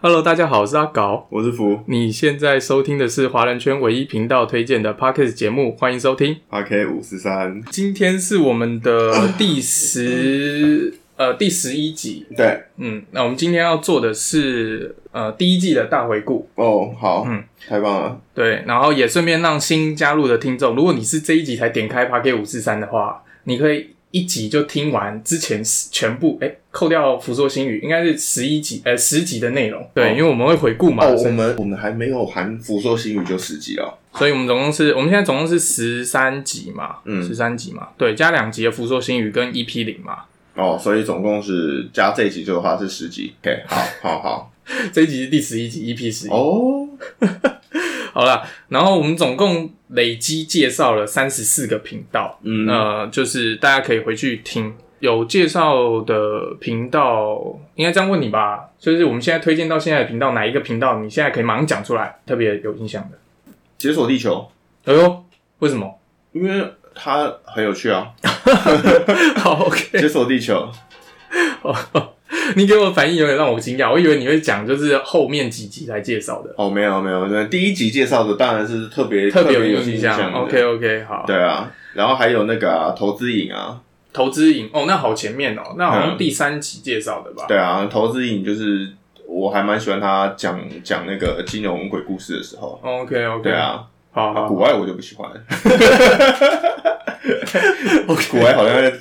Hello，大家好，我是阿搞。我是福你现在收听的是华人圈唯一频道推荐的 Podcast 节目，欢迎收听。 ，RK 五十三，今天是我们的第十呃第十一集，对，嗯，那我们今天要做的是呃第一季的大回顾，哦，好，嗯太棒了，对，然后也顺便让新加入的听众，如果你是这一集才点开 Park 五四三的话，你可以一集就听完之前十全部，哎，扣掉《福说新语》，应该是十一集，呃，十集的内容。对，哦因为我们会回顾嘛，哦，所我以们我们还没有含《福寿新语》就十集了，所以我们总共是，我们现在总共是十三集嘛，嗯十三集嘛，对，加两集的《福说新语》跟 EP 零嘛，哦，所以总共是加这一集的话是十集，OK，好，好，好，这一集是第十一集，EP 十一。哦，好了，然后我们总共累积介绍了三十四个频道，嗯，呃，就是大家可以回去听。有介绍的频道，应该这样问你吧，就是我们现在推荐到现在的频道，哪一个频道你现在可以马上讲出来，特别有印象的？解锁地球，哎呦，为什 么？因为它很有趣啊，好，OK，解锁地球，哦， 你给我的反应有点让我惊讶，我以为你会讲就是后面几集才介绍的，哦，没有，没有，那第一集介绍的当然是特别特别有有印象。的 OK OK，好，对啊，然后还有那个啊投资影啊，投资营哦，那好前面哦，那好像嗯第三集介绍的吧？对啊，投资影就是我还蛮喜欢他讲讲那个金融鬼故事的时候。 ，OK OK，对，啊，好好啊好古外我就不喜欢， ，OK 古外好像在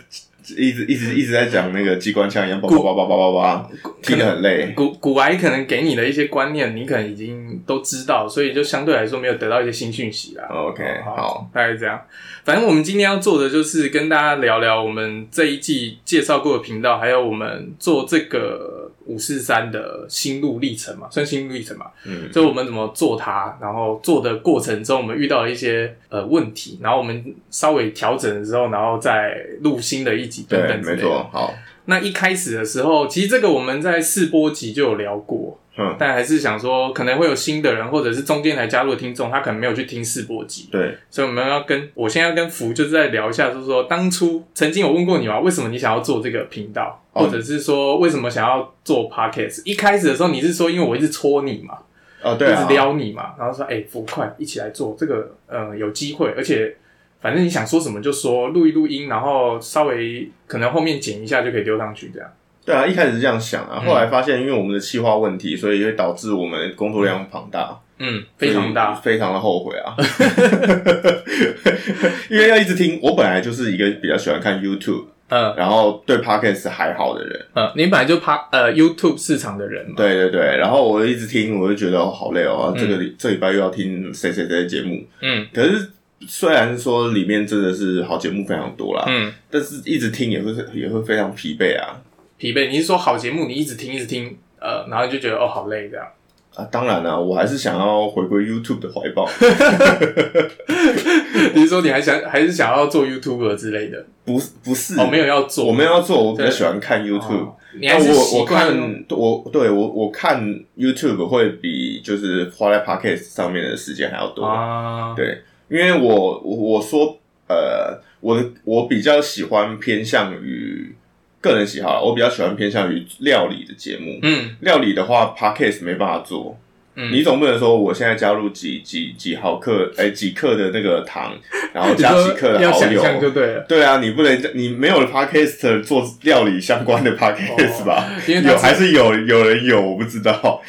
一直一直一直在讲那个机关枪一样，叭叭叭叭叭叭叭，听得很累。古古癌可能给你的一些观念，你可能已经都知道，所以就相对来说没有得到一些新讯息哦啦。 OK，好，大概这样。反正我们今天要做的就是跟大家聊聊我们这一季介绍过的频道，还有我们做这个五四三的心路历程嘛，算心路历程嘛，嗯，就我们怎么做它，然后做的过程中我们遇到了一些呃问题，然后我们稍微调整的时候，然后再录新的一集等对，等之没类的错，。好，那一开始的时候，其实这个我们在试播集就有聊过，嗯，但还是想说可能会有新的人，或者是中间才加入的听众，他可能没有去听试播集，对，所以我们要跟我现在要跟福就是在聊一下，就是说当初曾经有问过你嘛，为什么你想要做这个频道，哦或者是说为什么想要做 podcast？一开始的时候你是说因为我一直戳你嘛，哦，对啊一直，撩你嘛，然后说哎、福快一起来做这个，呃，有机会，而且。反正你想说什么就说，录一录音，然后稍微可能后面剪一下就可以丢上去，这样。对啊，一开始是这样想啊，嗯后来发现因为我们的气化问题，所以会导致我们工作量庞大，嗯，非常大。所以非常的后悔 啊，因为要一直听。我本来就是一个比较喜欢看 YouTube，嗯然后对 Podcast 还好的人，呃，你本来就怕呃 YouTube 市场的人嘛，对对对，然后我一直听，我就觉得哦好累哦，嗯这个礼、这礼拜又要听谁谁谁的节目。嗯可是虽然说里面真的是好节目非常多啦，嗯，但是一直听也会也会非常疲惫啊疲惫。你是说好节目你一直听一直听，呃，然后就觉得哦好累这样。 啊！当然啦、我还是想要回归 YouTube 的怀抱，你是说你还想还是想要做 YouTuber 之类的？不是不是哦，没有要做，嗯我没有要做，我比较对喜欢看 YouTube 哦。你还是但我习我惯看我对我我看 YouTube 会比就是花在 Podcast 上面的时间还要多啊，对，因为我我我说呃，我的我比较喜欢偏向于个人喜好啦，我比较喜欢偏向于料理的节目。嗯料理的话，podcast 没办法做，嗯，你总不能说我现在加入几几几毫克，哎、几克的那个 糖，然后你加几克说的要蚝想油。象就对了，对啊，你不能，你没有 podcast 做料理相关的 podcast 吧？因为他有还是有有人有，我不知道。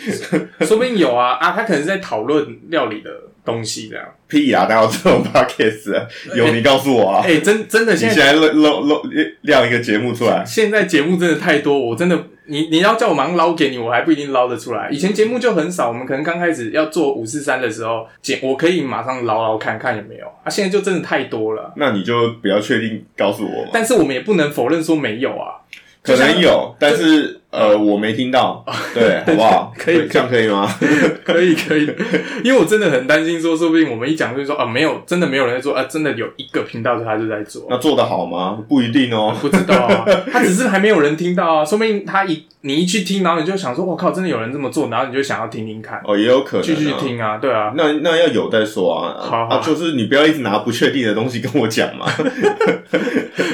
说不定有啊啊，他可能是在讨论料理的东西这样。屁啊，哪有这种 podcast？啊 有你告诉我啊！哎，真真的 你现现在在露露露亮一个节目出来，现在节目真的太多，我真的，你你要叫我忙捞给你，我还不一定捞得出来。以前节目就很少，我们可能刚开始要做五四三的时候，节我可以马上捞捞看看有没有啊。现在就真的太多了，那你就比较确定告诉我嘛。但是我们也不能否认说没有啊。 可就能像有，但是呃，我没 听到，对，好不好？可以这样可以吗？ 可以可以，因为我真的很担心说，说不定我们一讲就说啊，没有，真的没有人在做啊，真的有一个频道他就在做。那做得好吗？不一定哦。不知道 啊，他只是还没有人听到啊，说不定他一你一去听，然后你就想说，我哦靠，真的有人这么做，然后你就想要听听看，哦，也有可能啊继续。听啊，对啊，那那要有再说啊。好好啊，就是你不要一直拿不确定的东西跟我讲嘛。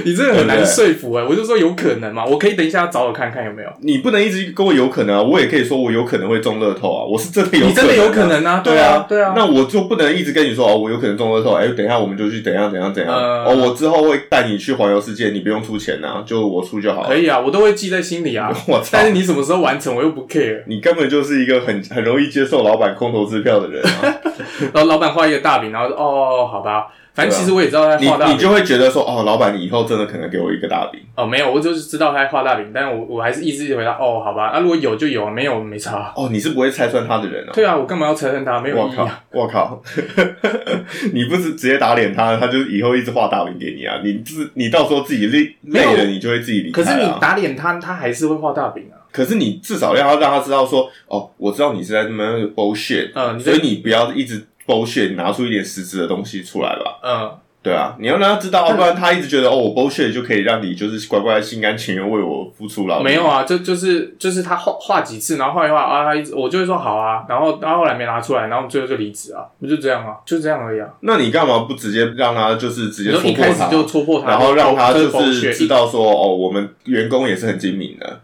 你这个很对难不对欸说服哎、我就说有可能嘛，我可以等一下找我看看有没有。你不能一直跟我有可能啊，我也可以说我有可能会中乐透啊，我是真的有、你真的有可。能啊，对啊，对啊。那我就不能一直跟你说哦，我有可能中乐透，哎、等一下我们就去怎样怎样怎样，呃哦，我之后会带你去环游世界，你不用出钱呐、啊，就我出就好了。可以啊，我都会记在心里啊。 我操但！是你什么时候完成，我又不 care。你根本就是一个很 很容易接受老板空头支票的 人啊！然后老板画一个大饼，然后就哦，好吧，反正对啊其实我也知道他你画大你饼。就会觉得说，哦，老板，你以后真的可能给我一个大饼。哦，没有，我就是知道他在画大饼，但我我还是一直回答哦，好吧。啊，如果有就有，没有没差。哦，你是不会拆穿他的人哦。对啊，我干嘛要承认他？没有我意义靠啊。！我靠！ 你不是直接打脸他，他就是以后一直画大饼给你啊！你自你到时候自己累没累有了，你就会自己离开、可啊。是你打脸他，他还是会画大饼啊。可是你至少要让他知道说，哦，我知道你是在那边 bullshit，、嗯，你所这以你不要一直 bullshit，拿出一点实质的东西出来吧。嗯，对啊，你要让他知道，不然他一直觉得哦，我 bullshit 就可以让你就是乖乖心甘情愿为我付出劳力。没有，啊，就就是就是他画画几次，然后画一画啊，他一直我就会说好啊，然后他后来没拿出来，然后我们最后就离职啊，不就这样啊，就这样而已啊。那你干嘛不直接让他就是直接你说戳一破开始他？就戳破他，然后让他这就是狗血知道说哦，我们员工也是很精明的，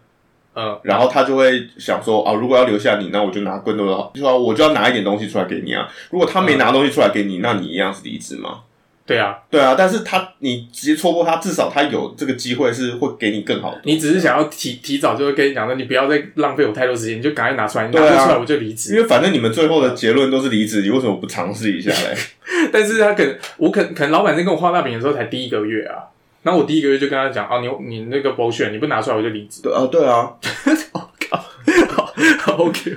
嗯，然后他就会想说啊、如果要留下你，那我就拿更多的，就说我就要拿一点东西出来给你啊。如果他嗯没拿东西出来给你，那你一样是离职吗？对啊，对啊，但是他你直接戳破他，至少他有这个机会是会给你更好的。你只是想要提提早就会跟你讲说，你不要再浪费我太多时间，你就赶快拿出来，你拿对啊不出来我就离职 因。为反正你们最后的结论都是离职，你为什么不尝试一 下嘞？但是他可能我可可能老板在跟我画大饼的时候才第一个月啊，然后我第一个月就跟他讲啊，你你那个 bullshit，你不拿出来我就离职。对啊，对 啊， OK，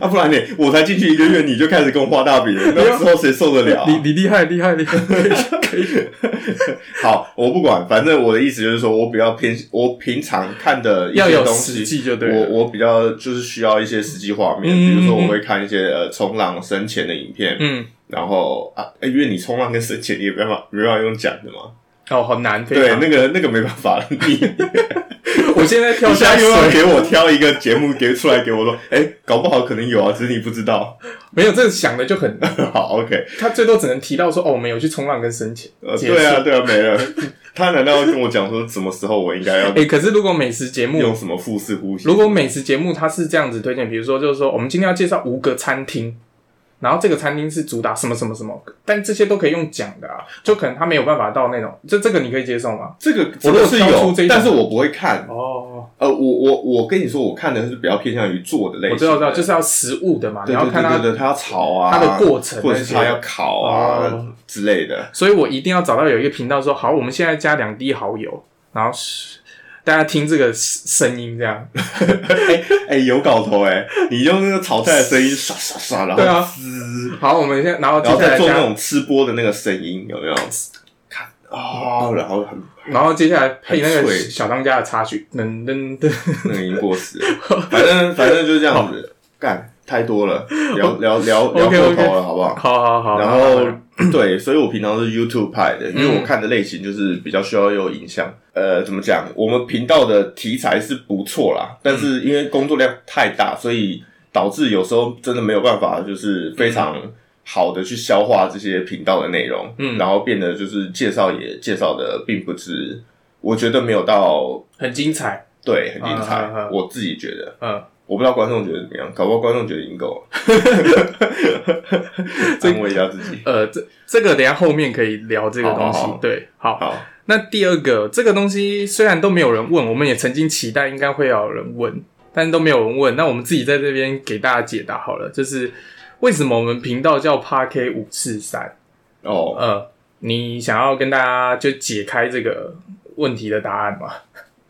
啊不然呢？我才进去一个月，你就开始跟我画大 饼了，那之后谁受得了啊、你你厉害厉害 厉害，可以好，我不管，反正我的意思就是说，我比较偏，我平常看的一要些有东实西。际就对我了。我比较就是需要一些实际画面，嗯比如说嗯嗯我会看一些呃冲浪深潜的影片，嗯，然后啊，欸因为你冲浪跟深潜你也没办法没办法用讲的嘛，哦，好难，非对，常那个那个没办 法了，你我现在跳你现下在又要水，给我挑一个节目给出来给我说， 哎、搞不好可能有啊，只是你不知道。 没有这个想的就很，好，OK，他最多只能提到说哦，我们有去冲浪跟深潜。呃，结束对啊，对啊，没了。他难道要跟我讲说什么时候我 应该要哎，可是如果美食节目用什么腹式呼吸？如果美食节目它是这样子推荐，比如说就是说，我们今天要介绍五个餐厅，然后这个餐厅是主打什么什么什么，但这些都可以用讲的啊，就可能他没有办法到那种，这这个你可以接受吗？这个我这如果个是挑出这有一，种但是我不会看。哦，呃，我我我跟你说，我看的是比较偏向于做的类我型的，知道，知道，就是要实物的嘛，你对要对看对对它，对，他要炒啊，它的过程或者是那他些要烤啊哦之类的。所以我一定要找到有一个频道说，好，我们现在加两滴蚝油，然后嘘大家听这个声音，这样， 哎，有搞头哎！你用那个炒菜的 声音刷刷刷，然对啊后滋好，我们现在然后接然后下再来做那加，种吃播的那个声音，有没有？看啊、嗯然 后很然后接下来配那很个脆小当家的插曲，噔噔 噔。那个已经过时了，反正反正就这样子，干太多了， 聊聊聊聊 OK，OK 过头了，好不好？好好好，然好后好 对，所以我平常是 YouTube 派的，因为嗯我看的类型就是比较需要有影像。呃，怎么讲？我们频道的题材是不错啦，但是嗯因为工作量太大，所以导致有时候真的没有办法，就是非常好的去消化这些频道的内容，嗯然后变得就是介绍也介绍的并不是，我觉得没有到很精彩。对很精彩，啊啊啊我自己觉得。嗯，我不知道观众觉得怎么样，搞不好观众觉得已经够 了，这安慰一下自己。呃，这这个等一下后面可以聊这个东西。好好好对，好。好，那第二个，这个东西虽然都没有人问，我们也曾经期待应该会有人问，但是都没有人问。那我们自己在这边给大家解答好了，就是为什么我们频道叫 Park 五四三？哦，呃，你想要跟大家就解开这个问题的答案吗？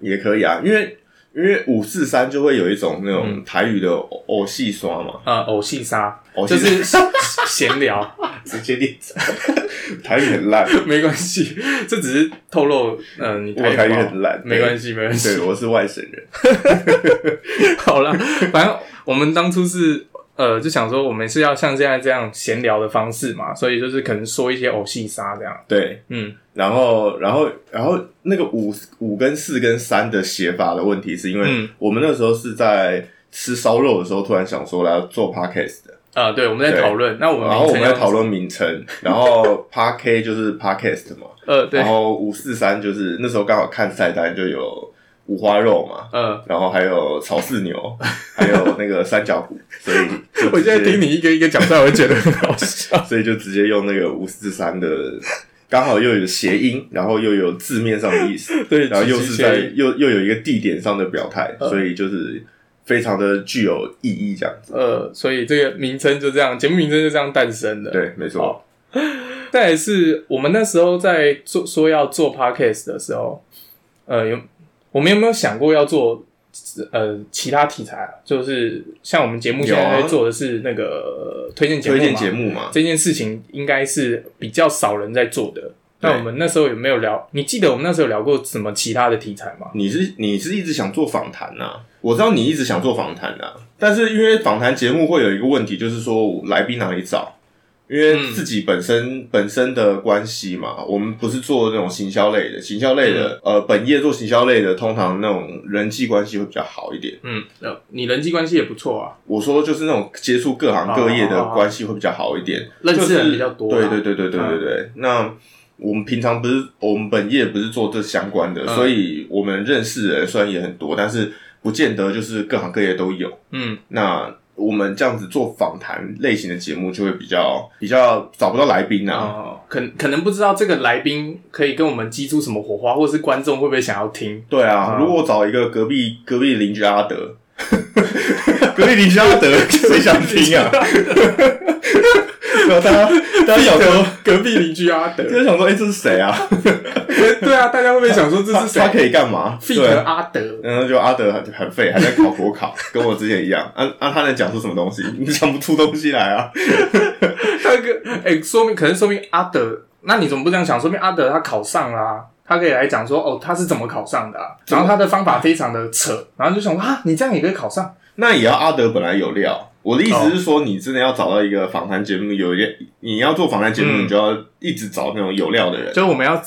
也可以啊，因为因为五四三就会有一种那种嗯台语的偶偶戏刷嘛，呃，偶戏杀偶戏就刷是 闲聊，直接念 台语很烂，没关系，这只是透露，嗯、呃，你我台语不好很烂，没关系，没关系对，。对，我是外省人， 好啦，反正我们当初是呃，就想说我们是要像现在这样闲聊的方式嘛，所以就是可能说一些偶戏杀这样。对，嗯，然后然后然后那个五五跟四跟三的写法的问题，是因为嗯我们那时候是在吃烧肉的时候，突然想说来做 podcast 的。啊，对，我们在对讨论，那我们然后我们要在讨，论 名称，然后 Park 就是 Podcast 嘛，呃，对然，后五四三就是那时候刚好看菜单就有五花肉嘛，呃，然后还有草饲 牛，还有那个三角骨，所以就直接我现在听你一个一个讲出来，我就觉得很好笑。所以就直接用那个五四三的，刚好又有谐音，然后又有字面上的意思， 对，然后又是在直接又又有一个地点上的表态，嗯所以就是非常的具有意义这样子。呃，所以这个名称就这样，节目名称就这样诞生的。对，没错。好再来是我们那时候在做说要做 podcast 的时候，呃，有我们有没有想过要做呃其他题材啊？就是像我们节目现在有啊在做的是那个、呃推荐节目推嘛，荐节目嘛，这件事情应该是比较少人在做的。对那我们那时候有没有聊？你记得我们那时候有聊过什么其他的题材吗？你是你是一直想做访谈呐？我知道你一直想做访谈呐，但是因为访谈节目会有一个问题，就是说来宾哪里找？因为嗯自己本身、本身的关系嘛，我们不是做那种行销类的，行销类的、呃本业做行销类的，通常那种人际关系会比较好一点。嗯，呃，你人际关系也不错啊，我说就是那种接触各行各业的关系会比较好一点，认识就是人比较多啊、嗯对对对对对对对。那我们平常不是我们本业不是做这相关的，嗯所以我们认识的人虽然也很多，但是不见得就是各行各业都有。嗯，那我们这样子做访谈类型的节目，就会比较比较找不到来宾啊。哦，可可能不知道这个来宾可以跟我们激出什么火花，或是观众会不会想要听？对啊，嗯如果找一个隔壁隔壁邻居阿 德，隔壁邻居阿德谁想听 啊？然后大家大家想说，隔壁邻居阿德大，家想说，哎、这是谁啊？对啊，大家会不会想说 这他是谁他可以干嘛？ 对啊？fit 阿德，然后就阿德很很废，还在考国考，跟我之前一样。啊啊，他能讲出什么东西？ 你讲不出东西来啊！他个哎、说明可能说明阿德，那你怎么不这样想？说明阿德他考上啦、他可以来讲说哦，他是怎么考上的、啊，然后他的方法非常的扯，然后就想说啊，你这样也可以考上，那也要阿德本来有料。我的意思是说，你真的要找到一个访谈节目，有一点你要做访谈节目，嗯你就要一直找那种有料的人。就是我们要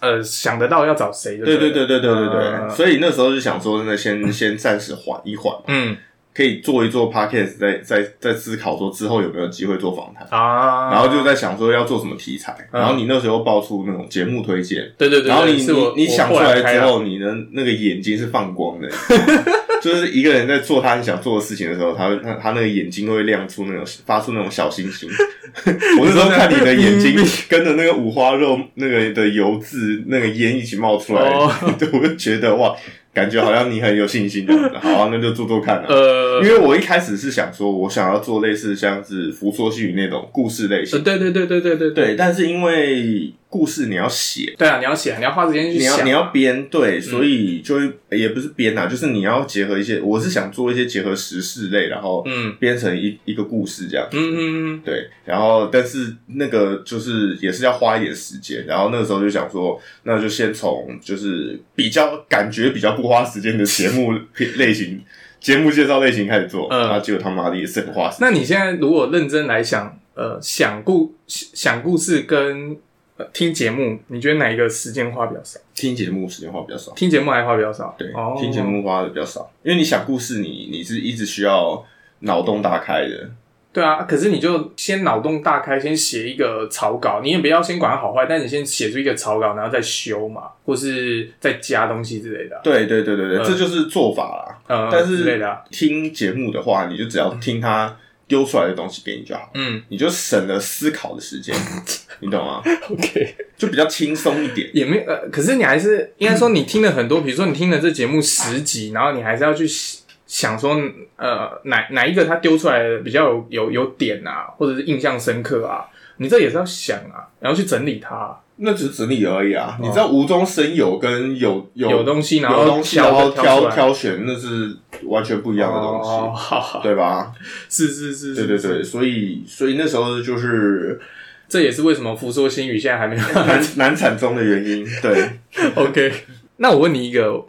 呃想得到要找谁，对对对了对对对对嗯对。所以那时候就想说，真 的先先暂时缓一缓，嗯可以做一做 podcast，再再再思考说之后有没有机会做访谈。啊，然后就在想说要做什么题材，嗯然后你那时候爆出那种节目推荐，对对对，然后你对是我你你想出我后啊来开之了后，你的那个眼睛是放光的，就是一个人在做他很想做的事情的时候，他会他他那个眼睛会亮出那种发出那种小星 星。我那时候看你的眼睛跟着那个五花肉那个的油渍那个烟一起冒出来，哦 对，我就觉得哇，感觉好像你很有信心这样子。好、啊，那就做做看、啊。呃因为我一开始是想说，我想要做类似像是《福说新语》那种故事类呃，型，对对对对对对对对，但是因为故事你要写，对啊！你要写，你要花时间去你想嗯要你要编对，所以就会也不是编啊，就是你要结合一些，我是想做一些结合时事类，然后嗯编成一一个故事这样。嗯嗯对，然后但是那个就是也是要花一点时间，然后那个时候就想说，那就先从就是比较感觉比较不花时间的节目类型、节目介绍类型开始做，嗯然后结果他妈的也是很花时间。那你现在如果认真来想，呃，想故想故事跟、呃、听节目，你觉得哪一个时间花比较少？听节目时间花比较少，听节目还花比较少？对，哦、听节目花的比较少，因为你想故事你，你是一直需要脑洞大开的。对啊。可是你就先脑洞大开，先写一个草稿，你也不要先管它好坏，但你先写出一个草稿，然后再修嘛，或是再加东西之类的啊，对对对对对，嗯这就是做法啦。呃，但之类是的 啊、听节目的话，你就只要听他丢出来的东西给你就好，嗯你就省了思考的时间， 你懂吗？ ，OK。就比较轻松一点。也没有呃，可是你还是应该嗯说你听了很多，比如说你听了这节目十集，然后你还是要去想想说，呃，哪哪一个他丢出来的比较有有有点啊，或者是印象深刻啊，你这也是要想啊，然后去整理它、那只是整理而已啊，哦你知道无中生有跟有有有东西然后有东西挑然后挑出挑来挑选，那是完全不一一样的哦，东西，好好，对吧？是是是，对是对，是对，所以所以那时候就是这也是为什么《福说新语》现在还没有难 难产中的原因。对， OK，那我问你一个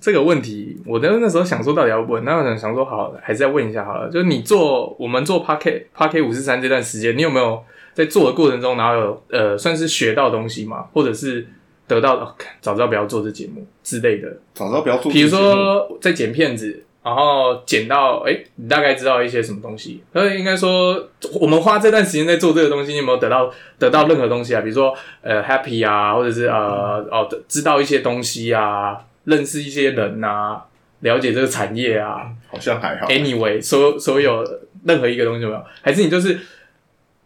这个问题，我那那时候想说到底要问，那我想想说好，还是再问一下好了。就是你做我们做 Pocket Pocket 五十三这段时间，你有没有在做的过程中，然后有呃算是学到东西吗？或者是得到、哦、看早知道不要做这节目之类的？早知道不要做这个节比如目。说在剪片子。然后剪到哎，你大概知道一些什么东西？所以应该说，我们花这段时间在做这个东西，你有没有得到得到任何东西啊？比如说呃，happy 啊，或者是呃哦，知道一些东西啊，认识一些人啊，了解这个产业啊。好像还好。 Anyway，所有所有任何一个东西有没有？还是你就是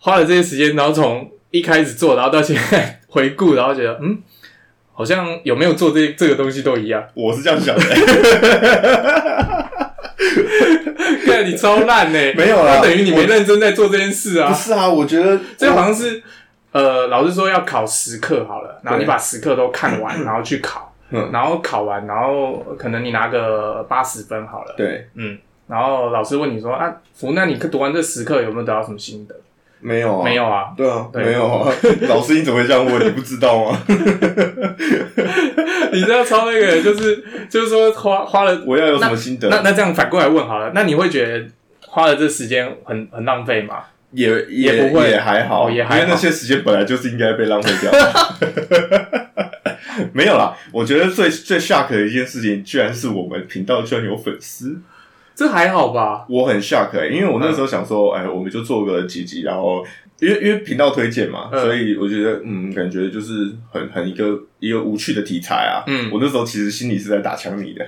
花了这些时间，然后从一开始做，然后到现在回顾，然后觉得嗯，好像有没有做这这个东西都一样。我是这样想的， 看你超烂呢、欸没有啦那等于你我没认真在做这件事啊不。是啊，我觉得这好像是呃，老师说要考十课好了，然后你把十课都看 完，然后去考，嗯然后考完，然后可能你拿个八十分好了，对，嗯，然后老师问你说啊，福，那你读完这十课有没有得到什么心得？没有啊，没有啊， 对啊，对没有啊。 老师，你怎么会这样问？你不知道 啊吗？你这样超那个，就是就是说花花了，我要有什么心那得？那这样反过来问好了，那你会觉得花了这时间很很浪费吗？也也不会也还好，哦也还好因为那些时间本来就是应该被浪费掉。 没有啦，我觉得最最 shock 的一件事情，居然是我们频道居然有粉丝，这还好吧？我很 shock，、欸、因为我那时候想嗯说，哎、我们就做个几集，然后因为因为频道推荐嘛，嗯所以我觉得嗯，感觉就是很很一个一个无趣的题材啊。嗯我那时候其实心里是在打枪你的，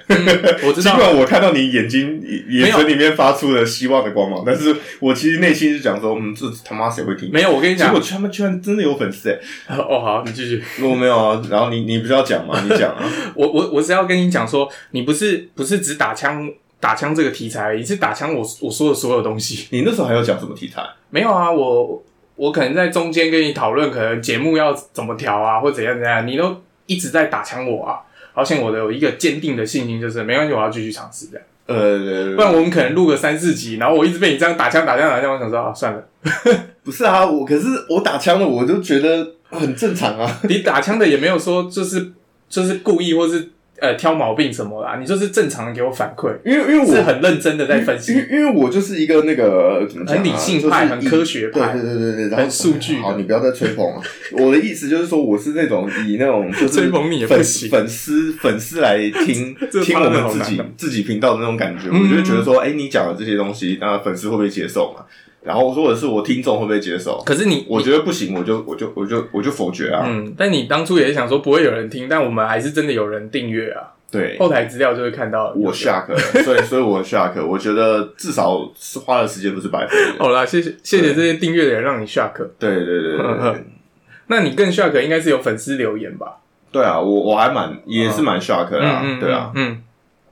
我知尽 道，管我看到你眼睛眼没眼有神里面发出了希望的光芒，但是我其实内心是讲说，嗯，这他妈谁会听？没有，我跟你结讲果，他们居然真的有粉丝 哎、哦，好，你继续。我没有啊，然后你你不是要讲吗？你讲 啊，我我我是要跟你讲说，你不是不是只打枪打枪这个题材而已，是打枪我我说的所有东西。你那时候还要讲什么题材？没有啊，我我可能在中间跟你讨论，可能节目要怎么调啊，或怎样怎样，你都一直在打枪我啊。好像我的有一个坚定的信心，就是没关系，我要继续尝试这样。呃不，然我们可能录个三四集，然后我一直被你这样打枪打枪打枪，我想说啊，算了，不是啊，我可是我打枪了，我就觉得很正常啊。你打枪的也没有说就是就是故意或是呃挑毛病什么啦，你就是正常的给我反馈，因为因为我是很认真的在分析因。 为因为我就是一个那个怎么讲啊、很理性派就是以很科学派对对对对对，然后很数据的好，你不要再吹捧了。我的意思就是说，我是那种以那种就是吹捧你也不粉行粉丝粉丝来听 这个听发我得们好自难己哦自己频道的那种感觉，嗯我就会觉得说，哎、你讲的这些东西，那粉丝会不会接受嘛？然后或者是我听众会不会接受？可是你我觉得不行，我就我就我就我就否决啊。嗯，但你当初也是想说不会有人听，但我们还是真的有人订阅啊，对，后台资料就会看到。我 shock，了所以所以我很 shock，我觉得至少是花的时间不是白费的。好哦啦，谢谢谢谢这些订阅的人让你 shock，对对对对对对。那你更 shock 应该是有粉丝留言吧？对啊，我我还蛮也是蛮 shock 的啦，嗯嗯，对啊，嗯，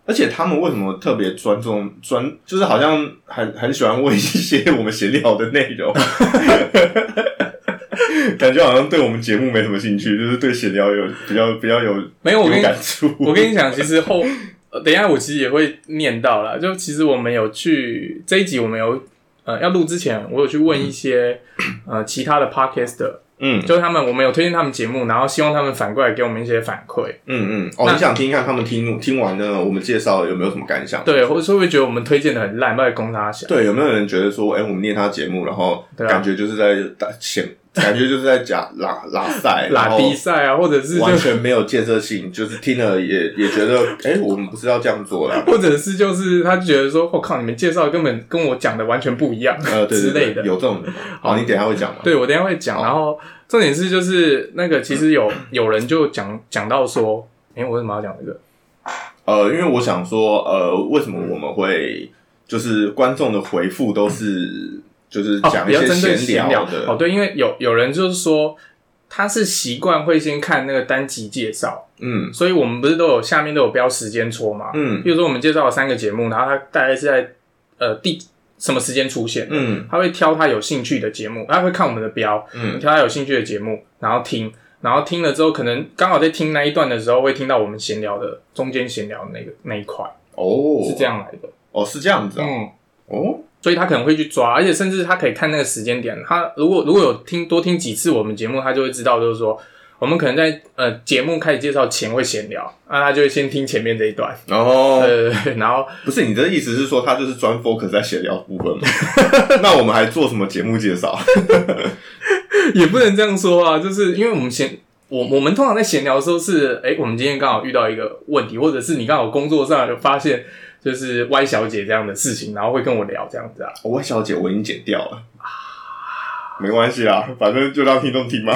而且他们为什么特别专重专，就是好像很很喜欢问一些我们闲聊的内容， 感觉好像对我们节目没什么兴趣，就是对闲聊有比较比较有没有，我跟有你感触。 我跟你讲，其实后、呃等一下我其实也会念到啦，就其实我们有去这一集，我们有呃要录之前，我有去问一 些、呃其他的 podcaster，嗯就是他们我们有推荐他们节目，然后希望他们反过来给我们一些反馈。嗯嗯，哦，那你想听一看他们听听完呢，我们介绍有没有什么感想？对，或者说会觉得我们推荐的很烂，不然供他想。对，有没有人觉得说，哎、我们念他节目，然后对啊感觉就是在打闲，感觉就是在讲拉拉赛，拉然后低赛啊，或者是就完全没有建设性，就是听了也也觉得，哎、我们不是要这样做啦。或者是就是他觉得说，我、靠，你们介绍的根本跟我讲的完全不一样， 呃，对之对类对，的。有这种人。好，你等一下会讲嘛？对，我等一下会讲。好然后重点是就是那个，其实有有人就讲讲到说，诶、我为什么要讲这个？呃，因为我想说，呃，为什么我们会就是观众的回复都是就是哦，讲比一较些针对闲聊的，哦，对，因为有有人就是说。他是习惯会先看那个单集介绍，嗯所以我们不是都有下面都有标时间戳嘛？嗯比如说我们介绍了三个节目，然后它大概是在呃第什么时间出现的，嗯他会挑他有兴趣的节目，他会看我们的标，嗯挑他有兴趣的节目，然后听，然后听了之后，可能刚好在听那一段的时候，会听到我们闲聊的中间闲聊的那个那一块，哦，是这，样来的。哦，是这样子啊，嗯，哦，所以他可能会去抓，而且甚至他可以看那个时间点。他如果如果有听多听几次我们节目，他就会知道，就是说我们可能在呃节目开始介绍前会闲聊，那他就会先听前面这一段，哦，呃，然后不是你的意思是说他就是专 focus 在闲聊部分吗？那我们还做什么节目介绍？ 也不能这样说啊，就是因为我们闲，我我们通常在闲聊的时候是，哎、我们今天刚好遇到一个问题，或者是你刚好工作上有发现就是 Y 小姐这样的事情，然后会跟我聊这样子 啊。我小姐我已经剪掉了， 没关系啦，反正就让听众听嘛。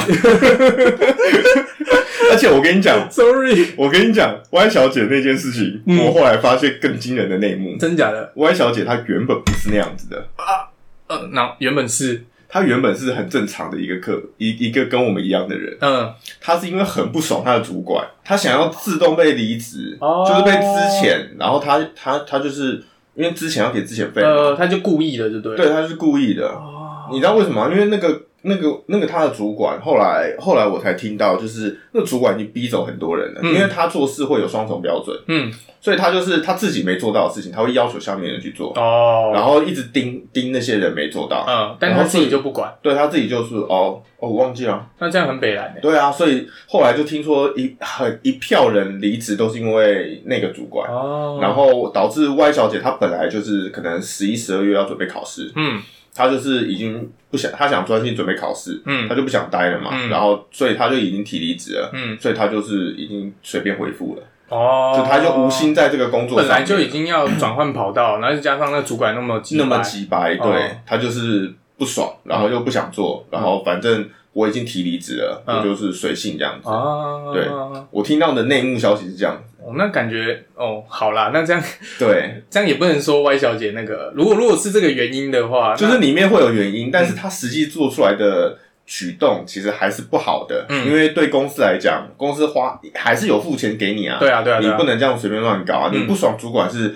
而且我跟跟你讲， ，sorry，我跟你讲，Y 小姐那件事情，嗯我后来发现更惊人的内幕。真假的？ Y 小姐她原本不是那样子的，呃，那原本是，她原本是很正常的一个客，一一个跟我们一样的人。嗯，她是因为很不爽她的主管，她想要自动被离职，哦就是被之前，然后她她她就是因为之前要给之前费嘛，呃，他就故意的，对不对？对，，她是故意的。哦，你知道为什么吗？因为那个那个那个他的主管，后来后来我才听到，就是那主管已经逼走很多人了，嗯因为他做事会有双重标准，嗯，所以他就是他自己没做到的事情，他会要求下面人去做，哦，然后一直盯盯那些人没做到，嗯，但他自己就不管，对他自己就是哦哦我忘记了，那这样很北蓝的。欸对啊，所以后来就听说一很一票人离职都是因为那个主管。哦，然，后导致 Y 小姐她本来就是可能十一、十二月要准备考试，嗯她就是已经不想，她想专心准备考试，嗯他就不想待了嘛，嗯然后所以他就已经提离职了，嗯，所以他就是已经随便回复了，哦，就他就无心在这个工作本上来面，就已经要转换跑道，然后再加上那主管那么鸡那么掰，急白，对、哦他就是不爽，然后又不想做，然后反正我已经提离职了，嗯我就是随性这样子。啊，对哦，我听到的内幕消息是这样子，那感觉哦，好啦，那这样对，这样也不能说歪小姐那个，如果如果是这个原因的话，就是里面会有原因，但是嗯他实际做出来的举动其实还是不好的，嗯因为对公司来讲，公司花还是有付钱给你啊，那对啊对啊，你对啊不能这样随便乱搞啊！嗯你不爽主管是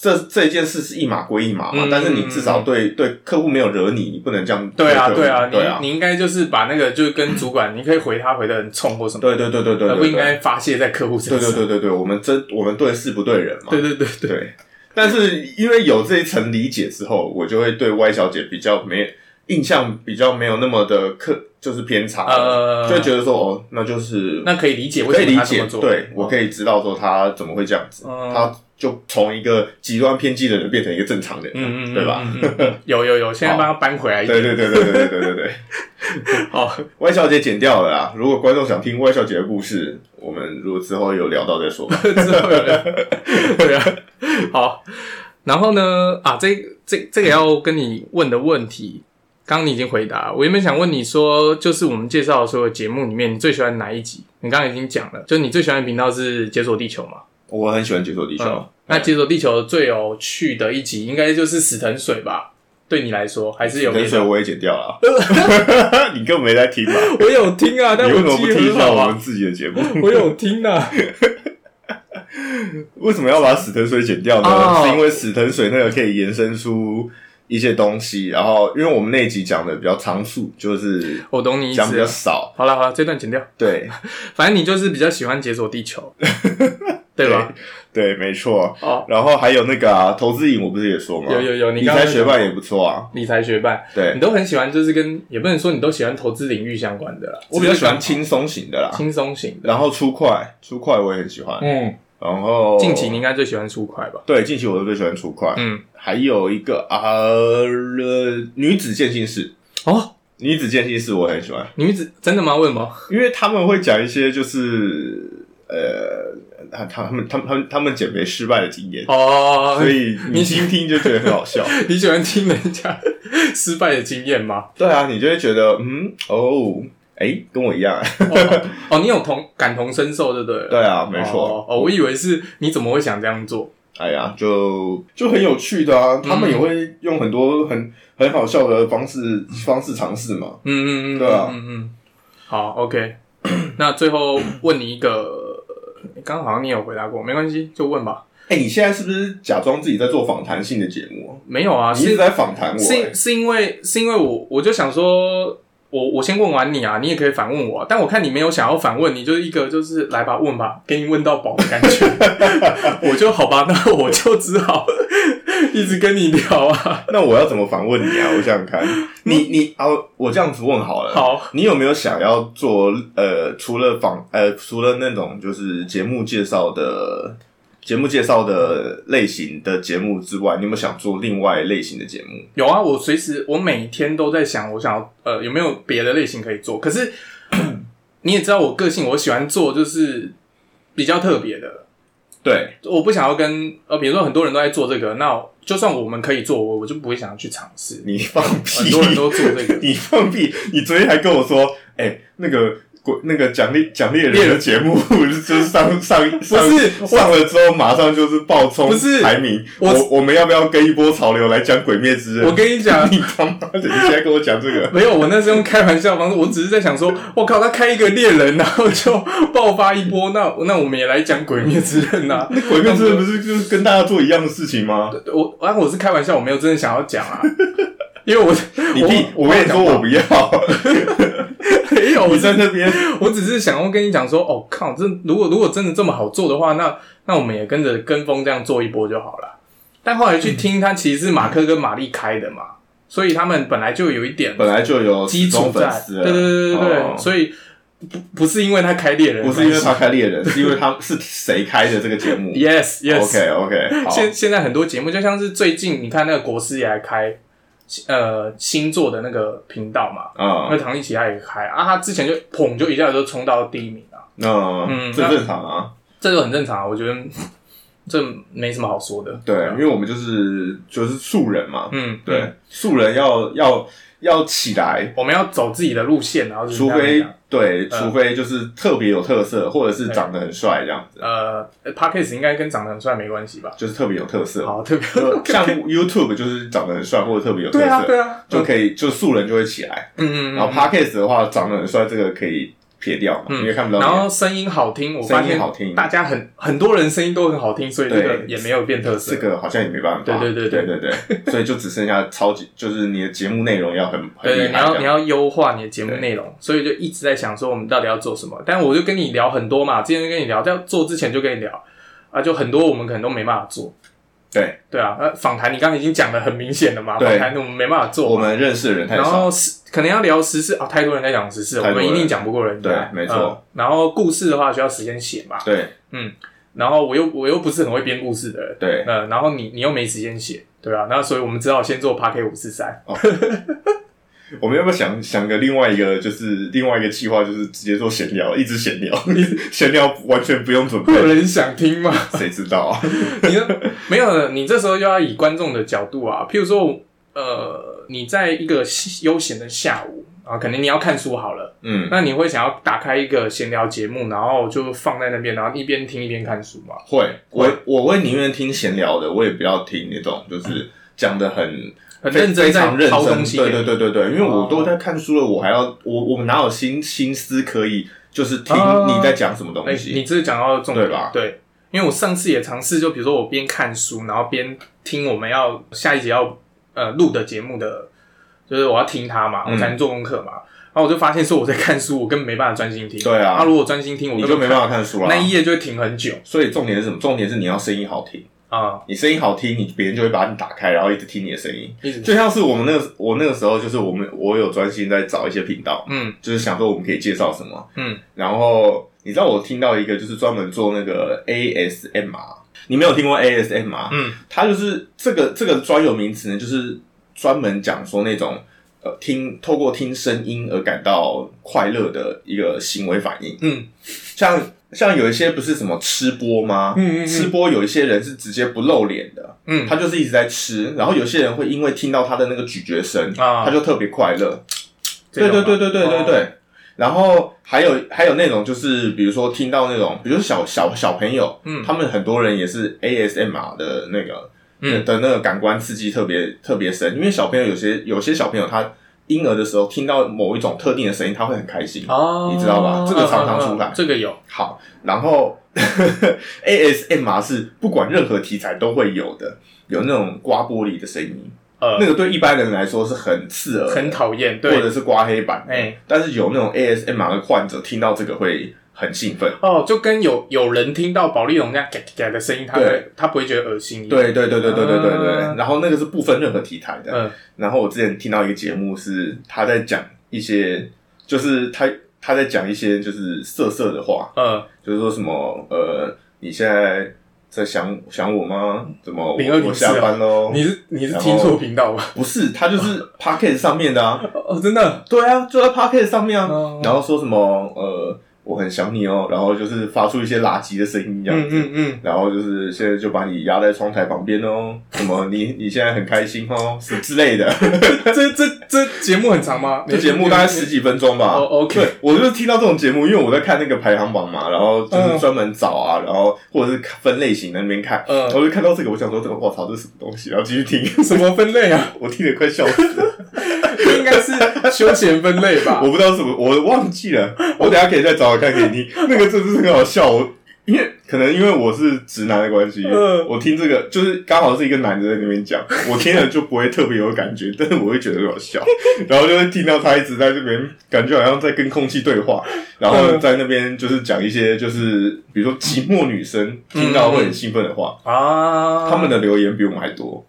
这这件事是一码归一码嘛，嗯但是你至少对对客户没有惹你，你不能这样对啊客户对啊，对啊你，你应该就是把那个就是跟主管，你可以回他回的很冲或什么，对对对对对而对，不应该发泄在客户身对上。对对对对，我们真我们对事不对人嘛，对对对对对。但是因为有这一层理解之后，我就会对 Y 小姐比较没印象，比较没有那么的刻，就是偏差了，呃，啊就会觉得说哦，那就是那可以理解为可以什理么他这解么，做，哦对我可以知道说他怎么会这样子，嗯他就从一个极端偏激的人变成一个正常人，嗯嗯，嗯对吧？？嗯嗯嗯有有有，现在帮他搬回来一对点。哦对对对对对对对 对好， ，Y 小姐剪掉了啦。如果观众想听 Y 小姐的故事，我们如果之后有聊到 再说吧。之后有人对啊，好。然后呢，啊，这这这个要跟你问的问题，刚刚你已经回答。我原本想问你说，就是我们介绍的所有节目里面，你最喜欢哪一集？你刚刚已经讲了，就是你最喜欢的频道是《解锁地球》嘛？我很喜欢《解锁地球》嗯那《解锁地球》最有趣的一集，应该就是死藤水吧？对你来说，还是有别冷水的？我也剪掉 了，你根本没在听吧？我有听啊，但你我为什么不记忆听一很下好我啊们，自己的节目？ 我有听啊。为什么要把死藤水剪掉呢？哦是因为死藤水那个可以延伸出一些东西，然后因为我们那一集讲的比较仓促，就是我懂你意讲比思啊较。少，好了好了，这段剪掉。对 反正你就是比较喜欢解锁地球，对吧？对，没错。哦，然后还有那个啊，投资影，我不是也说吗？有有有你理刚刚财有学讲霸也不错啊。理财学办，你对，都很喜欢，就是跟也不能说你都喜欢投资领域相关的啦，我比较喜欢只是轻松型的啦喜欢，轻松型的。然后出快，出快我也很喜欢。嗯，然后近期你应该最喜欢出快吧？对近期我都最喜欢出快，嗯，还有一个啊、呃女子健心室，哦，女子健心室我很喜欢，女子真的吗？为什么？因为他们会讲一些就是呃，他他们他们他们他们减肥失败的经验，哦，所以你你听听就觉得很 好笑。你喜欢听人家失败的经验吗？对啊，你就会觉得嗯哦，哎，跟我一样。哦，哦你有同感同身受，对不对了？对啊，没错。哦。哦，我以为是你怎么会想这样做？哎呀，就就很有趣的啊，他们也会用很多嗯很很好笑的方式方式尝试嘛。嗯嗯嗯，对啊嗯嗯，好，OK。那 最后问你一个，呃刚刚好像你有回答过，没关系，就问吧。哎、你现在是不是假装自己在做访谈性的节目？没有啊，你一直是在访谈我、是欸，是因为是因为我我就想说，我我先问完你啊，你也可以反问我啊、但我看你没有想要反问，你就是一个就是来吧问吧，给你问到饱的感觉。 我就好吧，那我就只好 一直跟你聊啊。 那我要怎么反问你啊？我想想看， 你你啊，我这样子问好了。，好，你有没有想要做呃，除了访呃，除了那种就是节目介绍的节目介绍的类型的节目之外，你有没有想做另外类型的节目？有啊，我随时我每天都在想，我想要呃有没有别的类型可以做。可 是你也知道我个性，我喜欢做就是比较特别的，对，我不想要跟呃，比如说很多人都在做这个，那就算我们可以做，我我就不会想要去尝试。你放 很屁！ 多人都做这个，你放屁！你昨天还跟我说，哎、那个鬼那个奖励奖励人的节目， 就是上上上是我 上了之后马上就是爆冲不是排名。我我我们要不要跟一波潮流来讲《鬼灭之刃》？，我跟你讲 你他妈的，你现在跟我讲这个，没有，我那是用开玩笑的方式，我只是在想说，我靠，他开一个猎人，然后就爆发一波，那那我们也来讲《鬼灭之刃》啊。那《鬼灭之刃》不是就是跟大家做一样的事情吗？我啊，我是开玩笑，我没有真的想要讲啊，因为我你屁！我我跟你说，我不要，没有，我我在真的，那边我只是想要跟你讲说，哦靠，这如果如果真的这么好做的话，那那我们也跟着跟风这样做一波就好了。但后来去听，他其实是马克跟玛丽开的嘛，所以他们本来就有一点本来就有基础死忠在粉，丝对了，对对对对，哦所以不不是因为他开猎人不的关系，是因为他开猎人，是因为他是谁开的这个节目 Yes Yes。 ？OK OK，好，现现在很多节目，就像是最近你看那个国师也来开，呃，星座的那个频道嘛，那嗯唐立奇他也开啊，他之前就捧就一下子就冲到第一名啊，嗯嗯，这那正常啊，这就很正常啊，我觉得嗯这没什么好说的。对，因为我们就是就是素人嘛，嗯，嗯，对，素人要要要起来，我们要走自己的路线，然后就是除这非样对，嗯除非就是特别有特色，或者是长得很帅这样子，呃 p a c k a g e 应该跟长得很帅没关系吧？就是特别有特色。好，特别 就像 YouTube 就是长得很帅或者特别有特对啊色，对啊，就可以就素人就会起来。嗯嗯嗯，然后 Podcast 的话，长得很帅这个可以撇掉嘛，嗯因为看不到然脸。后声音好听，我发声音现好听大家很很多人声音都很好听，所以这个对也没有变特色。这个好像也没办法，对对对对对对， 所以就只剩下超级，就是你的节目内 容要很很对，厉你害要这你样，要优化你的节目对内容，所以就一直在想说我们到底要做什么。但我就跟你聊很多嘛，之前就跟你聊，在做之前就跟你聊啊，就很多我们可能都没办法做。对，对啊，呃，访谈你刚才已经讲的很明显了嘛，对访谈我们没办法做我嘛。们认识的人太然少，后是可能要聊时事啊，太多人在讲时事，我太多们一人定讲不过人家。对没错嗯然后故事的话需要时间写嘛，对然后我又我又不是很会编故事的人，对，呃，然后你你又没时间写，对啊，那所以我们只好先做 p a r k 五四 三，我们要不要想想个另外一个，就是另外一个计划，就是直接做闲聊，一直闲聊， 闲聊完全不用准会有备，人想听吗？谁知道啊？ 你呢没有，你这时候就要以观众的角度啊，譬如说，呃，你在一个悠闲的下午啊，可能你要看书好了，嗯，那你会想要打开一个闲聊节目，然后就放在那边，然后一边听一边看书嘛？会，我我会宁愿听闲聊的，我也不要听那种就是讲的很嗯很认真非在常认掏东真，西，对对对对对，因为哦我都在看书了，我还要我我们哪有心心思可以就是听哦你在讲什么东哎、西？你这是讲到重点对吧对，因为我上次也尝试，就比如说我边看书，然后边听我们要下一集要呃录的节目的，就是我要听它嘛，嗯我才能做功课嘛。然后我就发现说我在看书，我根本没办法专心听。对啊那如果专心听，我你就没办法，法看书啦那。一页就会停很久所以重点是什么？重点是你要声音好听，啊、你声音好听，你别人就会把你打开，然后一直听你的声音。一直就像是我们那个我那个时候，就是我们我有专心在找一些频道，嗯就是想说我们可以介绍什么。嗯，然后你知道我听到一个就是专门做那个 ASMR，你没有听过 ASMR？嗯，它就是这个这个专有名词呢，就是专门讲说那种呃听透过听声音而感到快乐的一个行为反应。嗯像像有一些不是什么吃播吗？嗯嗯嗯吃播有一些人是直接不露脸的，嗯，他就是一直在吃，然后有些人会因为听到他的那个咀嚼声，啊他就特别快乐。这对种对啊对对对对哦对。然后还有还有那种就是，比如说听到那种，比如小小小朋友，嗯他们很多人也是 ASMR 的那个，嗯的那个感官刺激特别特别深，因为小朋友有些有些小朋友他婴儿的时候听到某一种特定的声音，他会很开心。哦，你知道吧这个常嗯常嗯嗯出来这个有好，然后 ASMR 是不管任何题材都会有的，有那种刮玻璃的声音，呃那个对一般人来说是很刺耳的，很讨厌，或者对是刮黑板的。哎但是有那种 ASMR 的患者听到这个会很兴奋。哦，就跟有有人听到保利龙那样嘎嘎嘎的声音，他对会他不会觉得恶心一样，对对对对对对对对。嗯啊然后那个是不分任何题材的。嗯然后我之前听到一个节目是他在讲一些，就是他他在讲一些就是色色的话，嗯。就是说什么呃，你现在在想想我吗？怎么我0204我下班喽？你是你是听错频道吧？不是他就是 p o c k e t 上面的啊，哦，真的，对啊，就在 p o c k e t 上面啊。哦然后说什么呃，我很想你哦，然后就是发出一些垃圾的声音这样嗯子。嗯嗯，然后就是现在就把你压在窗台旁边哦，什么你你现在很开心哦，什么之 类的。嗯这这这节目很长吗？这节目大概十几分钟吧。哦，OK 对，我就是听到这种节目，因为我在看那个排行榜嘛，然后就是专门找啊，然后或者是分类型在那边看，嗯我就看到这个，我想说这个我操，这是什么东西？然后继续听，什么分类啊？ 我听得快笑死了，应该是休闲分类吧 我。不知道什么，我忘记 了，我等一下可以再找找看给你听。那个真的是很好笑，我因为可能因为我是直男的关系，嗯我听这个就是刚好是一个男的在那边讲，我听了就不会特别有感觉， 但是我会觉得很好笑，然后就会听到他一直在这边，感觉好像在跟空气对话，然后嗯在那边就是讲一些就是比如说寂寞女生嗯听到会很兴奋的话， 啊，他们的留言比我们还 多。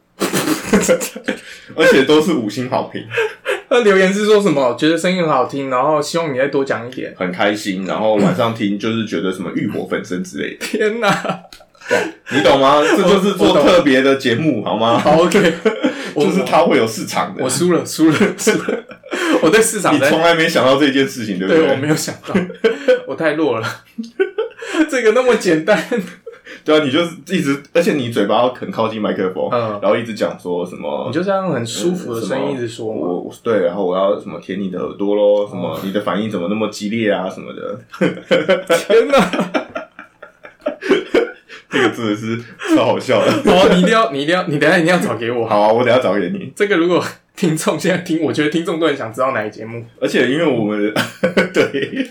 而且都是五星好评，那留言是说什么？觉得声音很好听，然后希望你再多讲一点。很开嗯心。然后晚上听就是觉得什么欲火焚身之 类的。 天哪你懂吗？这就是做特别的节目，好吗？好，OK，我 就是它会有市场的我。输了，输了， 输了。我对市场你在从来没想到这件事情，对不对我对？没有想到， 我太弱了。 这个那么简 单，对啊，你就是一直，而且你嘴巴要很靠近麦克风，嗯然后一直讲说什么你，就这样很舒服的声音什么一直说嘛。哦我我对，然后我要什么舔你的耳朵咯，什么你的反应怎么那么激烈啊什么的， 天哪！这个真的是超好笑的。 哦， 你一定要，你一定要，你等一下一定要找给我。好啊，我等一下找给你。这个如果听众现在听，我觉得听众都很想知道哪一节目。而且因为我们对，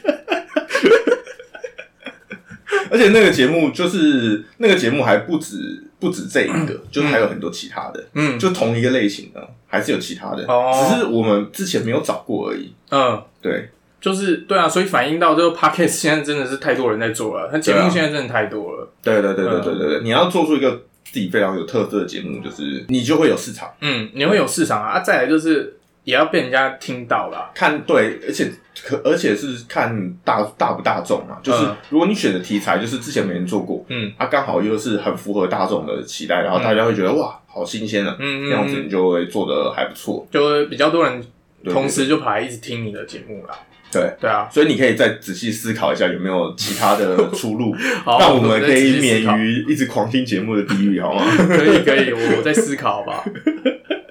而且那个节目就是那个节目还不止不止这一个，就是还有很多其他的，嗯就同一个类型的还是有其他的，哦只是我们之前没有找过而已。嗯，对，就是对啊，所以反映到这个 podcast 现在真的是太多人在做了，它节对啊目现在真的太多了。对对对对嗯对对对，你要做出一个自己非常有特色的节目，就是你就会有市场。嗯，你会有市场啊。啊再来就是也要被人家听到啦。看对，而且可而且是看大大不大众嘛，就是嗯如果你选的题材就是之前没人做过，嗯啊，刚好又是很符合大众的期待，然后大家会觉得、哇，好新鲜啊，嗯这样子你嗯，就会做的还不错。就会比较多人对同时就跑来一直听你的节目啦。对，对啊，所以你可以再仔细思考一下有没有其他的出路， 好，让我们可以再仔细思考免于一直狂听节目的地狱，好吗？ 可以可以，我我在思考吧。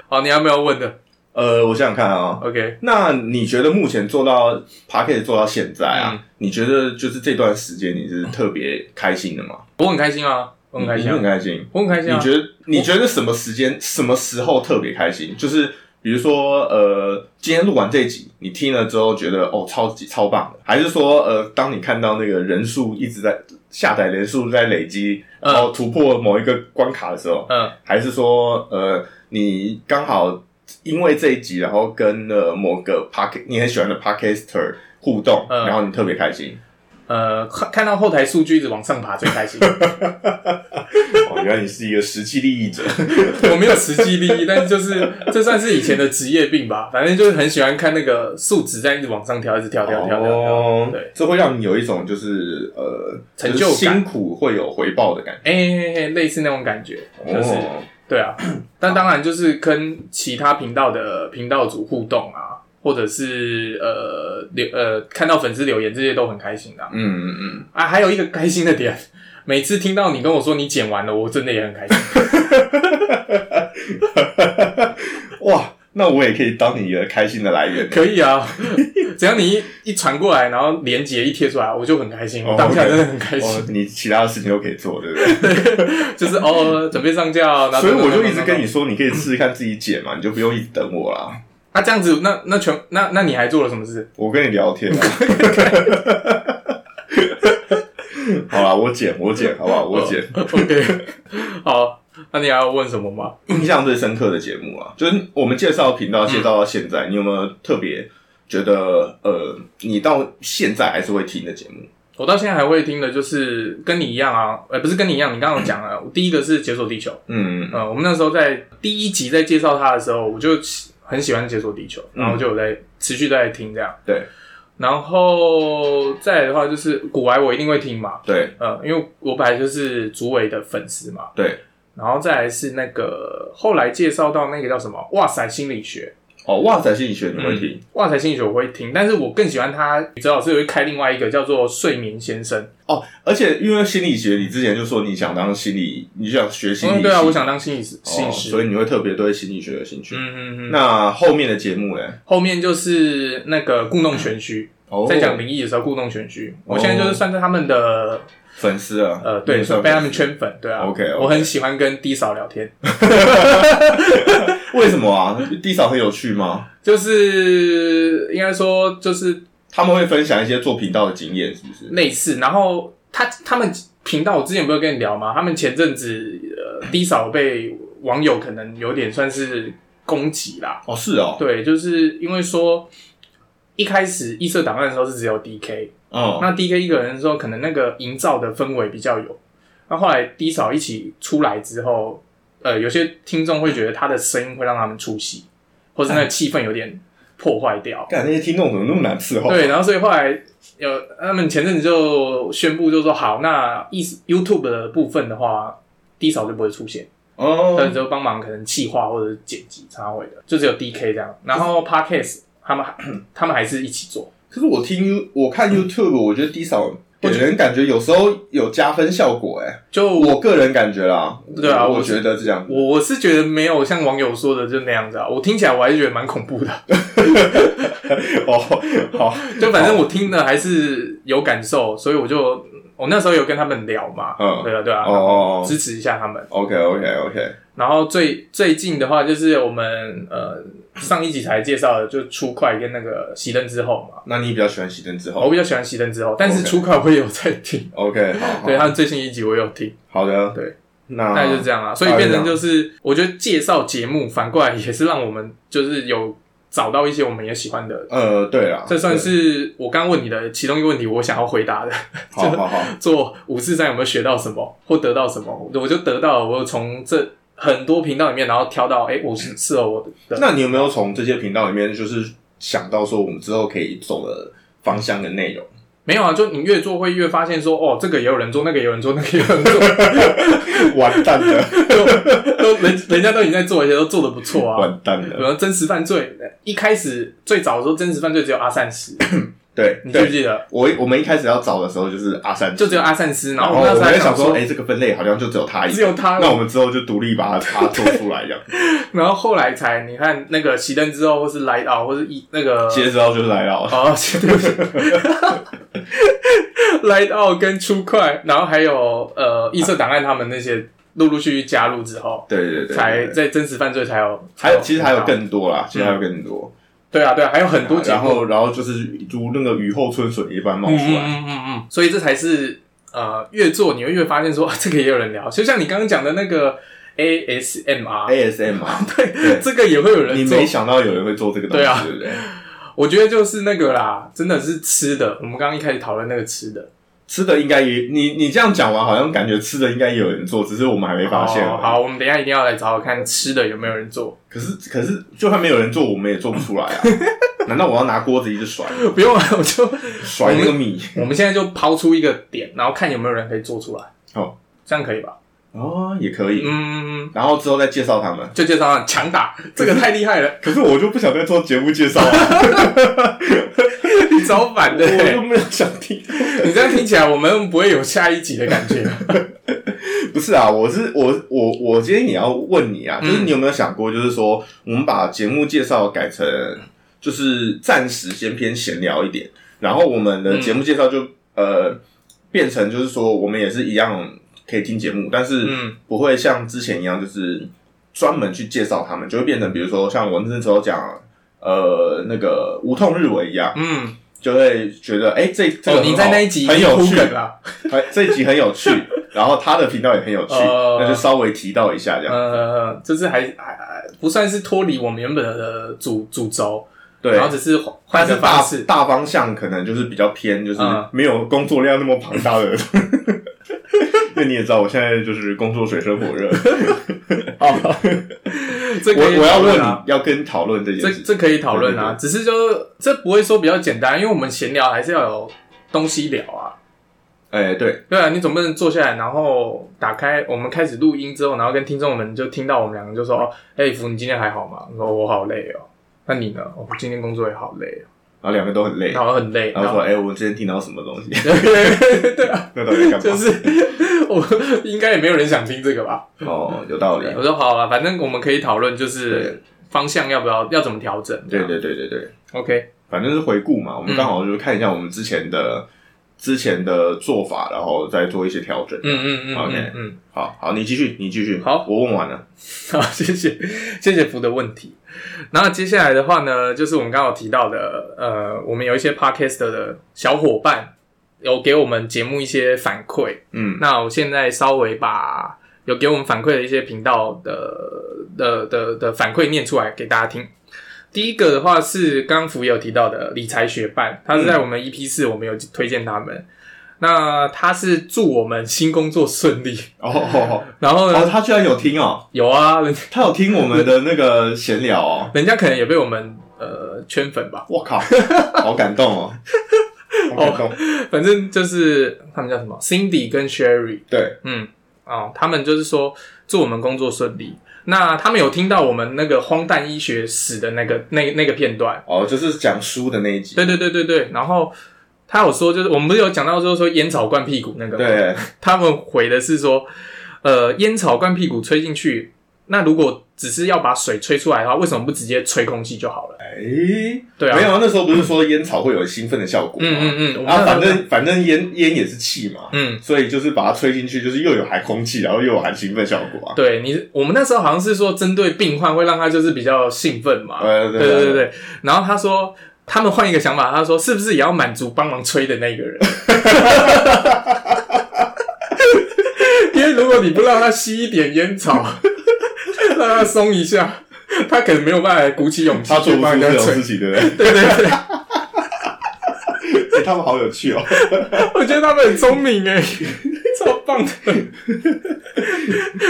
好，你还有没有问的呃，我想想看啊、 ？OK，那你觉得目前做到 p a c k e t 做到现在啊，嗯你觉得就是这段时间你是特别开心的吗？我很开心啊，我很开心啊你很，开心。我很开心啊你。觉得你觉得什么时间、什么时候特别开心？就是比如说，呃，今天录完这一集，你听了之后觉得哦，超级超棒的，还是说，呃，当你看到那个人数一直在下载人数在累积，嗯然后突破某一个关卡的时候，嗯还是说，呃，你刚好因为这一集，然后跟呃某个 p a r k 你很喜欢的 podcaster 互动，嗯然后你特别开心。呃，看看到后台数据一直往上爬最开心。 哦，原来你是一个实际利益者。我没有实际利益，但是就是这算是以前的职业病吧。反正就是很喜欢看那个数值在一直往上跳，一直跳跳跳跳跳。哦对，这会让你有一种就是呃成就感是辛苦会有回报的感哎、嘿嘿类似那种感觉，觉，就是、哦对啊。但当然就是跟其他频道的频道主互动啊，或者是呃留呃看到粉丝留言这些都很开心的啊嗯嗯嗯，啊还有一个开心的点，每次听到你跟我说你剪完了，我真的也很开心。哇，那我也可以当你一个开心的来 源。可以啊，只要你一一传过来，然后连接一贴出来，我就很开心，哦我当下 OK 真的很开心。哦，你其他的事情都可以做，对不对？ 就是哦，准备上架 哦，然后所以我就等等一直跟你等等说，你可以试试看自己剪嘛，你就不用一直等我啦。啊，这样子，那那全那那你还做了什么事？ 我跟你聊天啊。 好啦，我剪，我剪，好不好？我剪。 OK，好，那你还要问什么吗？印象最深刻的节目啊，就是我们介绍频嗯道介绍到现在，你有没有特别觉得呃，你到现在还是会听的节目？我到现在还会听的，就是跟你一样啊，呃，不是跟你一样，你刚刚有讲了，我第一个是《解锁地球》，嗯，呃，我们那时候在第一集在介绍它的时候，我就很喜欢《解锁地球》，然后就有在持续在听这样，嗯对然后再来的话就是古玩，我一定会听嘛，对呃，因为我本来就是竹尾的粉丝嘛，对，然后再来是那个后来介绍到那个叫什么？哇塞心理学，哦，哇塞心理学你嗯会听？哇塞心理学我会听，但是我更喜欢他，哲老师有开另外一个叫做《睡眠先生》。哦，而且因为心理学，你之前就说你想当心理，你想学心理系、嗯，对啊，我想当心理师，心哦理师。所以你会特别对心理学有兴趣。嗯嗯嗯。那后面的节目呢？后面就是那个故弄玄虚，哦，在讲灵异的时候故弄玄虚。我现在就是算是他们的粉丝啊，呃，对，也是算被他粉们丝。圈粉，对啊。 OK，OK 我很喜欢跟 D 嫂聊天，为什么啊？地嫂很有趣吗？就是应该说就是他们会分享一些做频道的经验，是不是？类似。然后他他们频道，我之前不是跟你聊吗？他们前阵子呃，D 嫂被网友可能有点算是攻击啦，哦，是哦，对，就是因为说一开始异色档案的时候是只有 DK，嗯，那 DK 一个人的时候，可能那个营造的氛围比较有。那后来 D 嫂一起出来之后，呃，有些听众会觉得他的声音会让他们出戏，或是那个气氛有点破坏掉。干那些听众怎么那么难伺候？对，，然后所以后来有他们前阵子就宣布，就说好，那 E YouTube 的部分的话，D 嫂就不会出现。但哦，就帮忙可能企划或者是剪辑插尾的，就只有 DK 这样。然后 Podcast 他们还 他们还是一起做，可是我听 You 我看 YouTube，我觉得地嫂给人感觉有时候有加分效果，哎，就我我个人感觉啦，对啊我我是觉得这样， 我我是觉得没有像网友说的就那样子啊，我听起来我还是觉得蛮恐怖的。哦，好，就反正我听的还是有感受，所以我就我那时候有跟他们聊嘛，嗯对啊对啊，哦哦哦支持一下他们。 ，OK OK OK，然后最最近的话就是我们呃上一集才介绍的，就初快跟那个熄灯之后嘛。那你比较喜欢熄灯之我后比较喜欢熄灯之后，但是哦 OK 哦初快我也有在听， ？OK，好，好对他们最新一集我有听。好的，对，那大概就这样啊，哎所以变成就是，我觉得介绍节目，反过来也是让我们就是有找到一些我们也喜欢的，呃，对啦，这算是我刚问你的其中一个问题，我想要回答的。对好 好好，做五四三有没有学到什么或得到什么？我就得到了，我从这很多频道里面，然后挑到，哎、我是适合我的。那你有没有从这些频道里面，就是想到说我们之后可以走的方向跟内容？ 没有啊，就你越做会越发现说，哦，这个也有人做，那个也有人做，那个也有人做，完蛋了，都人人家都已经在做，而且都做的不错啊。完蛋比了。如真实犯罪，一开始最早的时候，真实犯罪只有阿善斯，对，你记不对，记得？我我们一开始要找的时候就是阿三，就只有阿善斯，然然后后我我们那时候们还在想说说，，哎，这个分类好像就只有他一只有他，啊那我们之后就独立把它做出来，这样。然后后来才你看那个熄灯之后，或是 Light Out，或是一那个接着就是来 了，哦，对不起 ，Light Out 跟出快，然后还有呃异色档案他们那些陆陆续续加入之后，对对对对，才对在真实犯罪才有，还有其实还有才更多啦，其实还有更多，对啊对啊，还有很多节然目后然后就是如那个雨后春笋一般冒嗯出嗯来。嗯嗯嗯，所以这才是呃越做你会越发现说、啊、这个也有人聊，就像你刚刚讲的那个 ASMR， ASM 啊， 对，这个也会有人你做没。想到有人会做这个东西，对啊对不对？我觉得就是那个啦，真的是吃的。我们刚刚一开始讨论那个吃的，吃的应该也，你你这样讲完，好像感觉吃的应该也有人做，只是我们还没发现而已。哦好，我们等一下一定要来找找看吃的有没有人做，可是可是，就算没有人做，我们也做不出来 啊！难道我要拿锅子一直甩不用了， 我就甩那个米？我们现在就抛出一个点，然后看有没有人可以做出来。好，这样可以吧？哦，也可以。嗯，然后之后再介绍他们。就介绍上强 打，这个太厉害了， 可是我就不想再做节目介绍啊， 你找反的、我欸就。没有想听。 你这样听起来，我们不会有下一集的感 觉。不是啊，我是我我我今天也要问你啊，就是你有没有想过，就是说我们把节目介绍改成，就是暂时先偏闲聊一点，然后我们的节目介绍就、呃变成就是说我们也是一样可以听节目，但是嗯不会像之前一样就是专门去介绍他们，就会变成比如说像我那时候讲呃那个无痛日文一样，嗯，就会觉得哎、这这哦，个很好、你在那一集已很经有铺趣梗了。哎，这一集 很有趣， 然后他的频道也很有趣，呃那就稍微提到一下这样。呃，就是还还还不算是脱离我们原本的主主轴，对然，后只是换但个是方大式。大方向可能就是比较偏，就是嗯没有工作量那么庞大 的。因为你也知道，我现在就是工作水深火热。 这我可以哦我要讨问论啊你，要跟讨论这件这事。这可以讨论啊，对对只是就这不会说比较简单，因为我们闲聊还是要有东西聊啊。哎，对，对啊，你总不能坐下来，然后打开我们开始录音之后，然后跟听众们就听到我们两个就说：“哦，哎、福，你今天还好吗？”我说：“我好累哦。”那你呢？我、今天工作也好累，然后两个都很累，然后很累，然后然说：“后哎、我们今天听到什么东西？ 对对啊，那到底在干嘛？”就是 我应该也没有人想听这个吧？哦，有道理对，。我说好啊，反正我们可以讨论，就是对方向要不要要怎么调整？对对对对对， ，OK，反正是回顾嘛，我们嗯刚好就是看一下我们之前的、之前的做法，然后再做一些调整。嗯嗯嗯嗯 OK 嗯。好好，你继续，你继续。好我问完了。好， 谢谢谢谢福的问题。然后接下来的话呢，就是我们刚好提到的，呃，我们有一些 podcast 的小伙伴有给我们节目一些反馈。嗯，那我现在稍微把有给我们反馈的一些频道的的的的反馈念出来给大家听。第一个的话是刚刚福也有提到的理财学伴，他是在我们 EP 四，我们有推荐他们。那他是祝我们新工作顺利， 哦哦然后哦，呢，哦他居然有听哦，有啊，人他有听我们的那个闲 聊哦。人家可能也被我们呃圈粉吧， 我靠，好感动哦，好感动。反正就是他们叫什么 Cindy 跟 Sherry，对，嗯，哦，他们就是说祝我们工作顺利。那他们有听到我们那个荒诞医学史的那个那那个片段，哦，就是讲书的那一集。对对对对对，然后他有说就是我们不是有讲到就是说烟草灌屁股那个吗，对，他们回的是说，呃，烟草灌屁股吹进去，那如果只是要把水吹出来的话，为什么不直接吹空气就好了？哎，对啊，没有，啊，那时候不是说烟草会有兴奋的效果吗？嗯嗯嗯，我们啊，那时候反正反正烟烟也是气嘛，嗯。所以就是把它吹进去，就是又有含空气，然后又有含兴奋效果啊。对你，我们那时候好像是说针对病患会让他就是比较兴奋嘛，呃，啊对对对对。然后他说他们换一个想法，他说是不是也要满足帮忙吹的那个人？ 因为如果你不让他吸一点烟草， 让他松一下，他可能没有办法鼓起勇气他做去不帮出人家这种吹事。情，对不 对？对对对，欸他们好有趣哦。 我觉得他们很聪明哎，超棒的，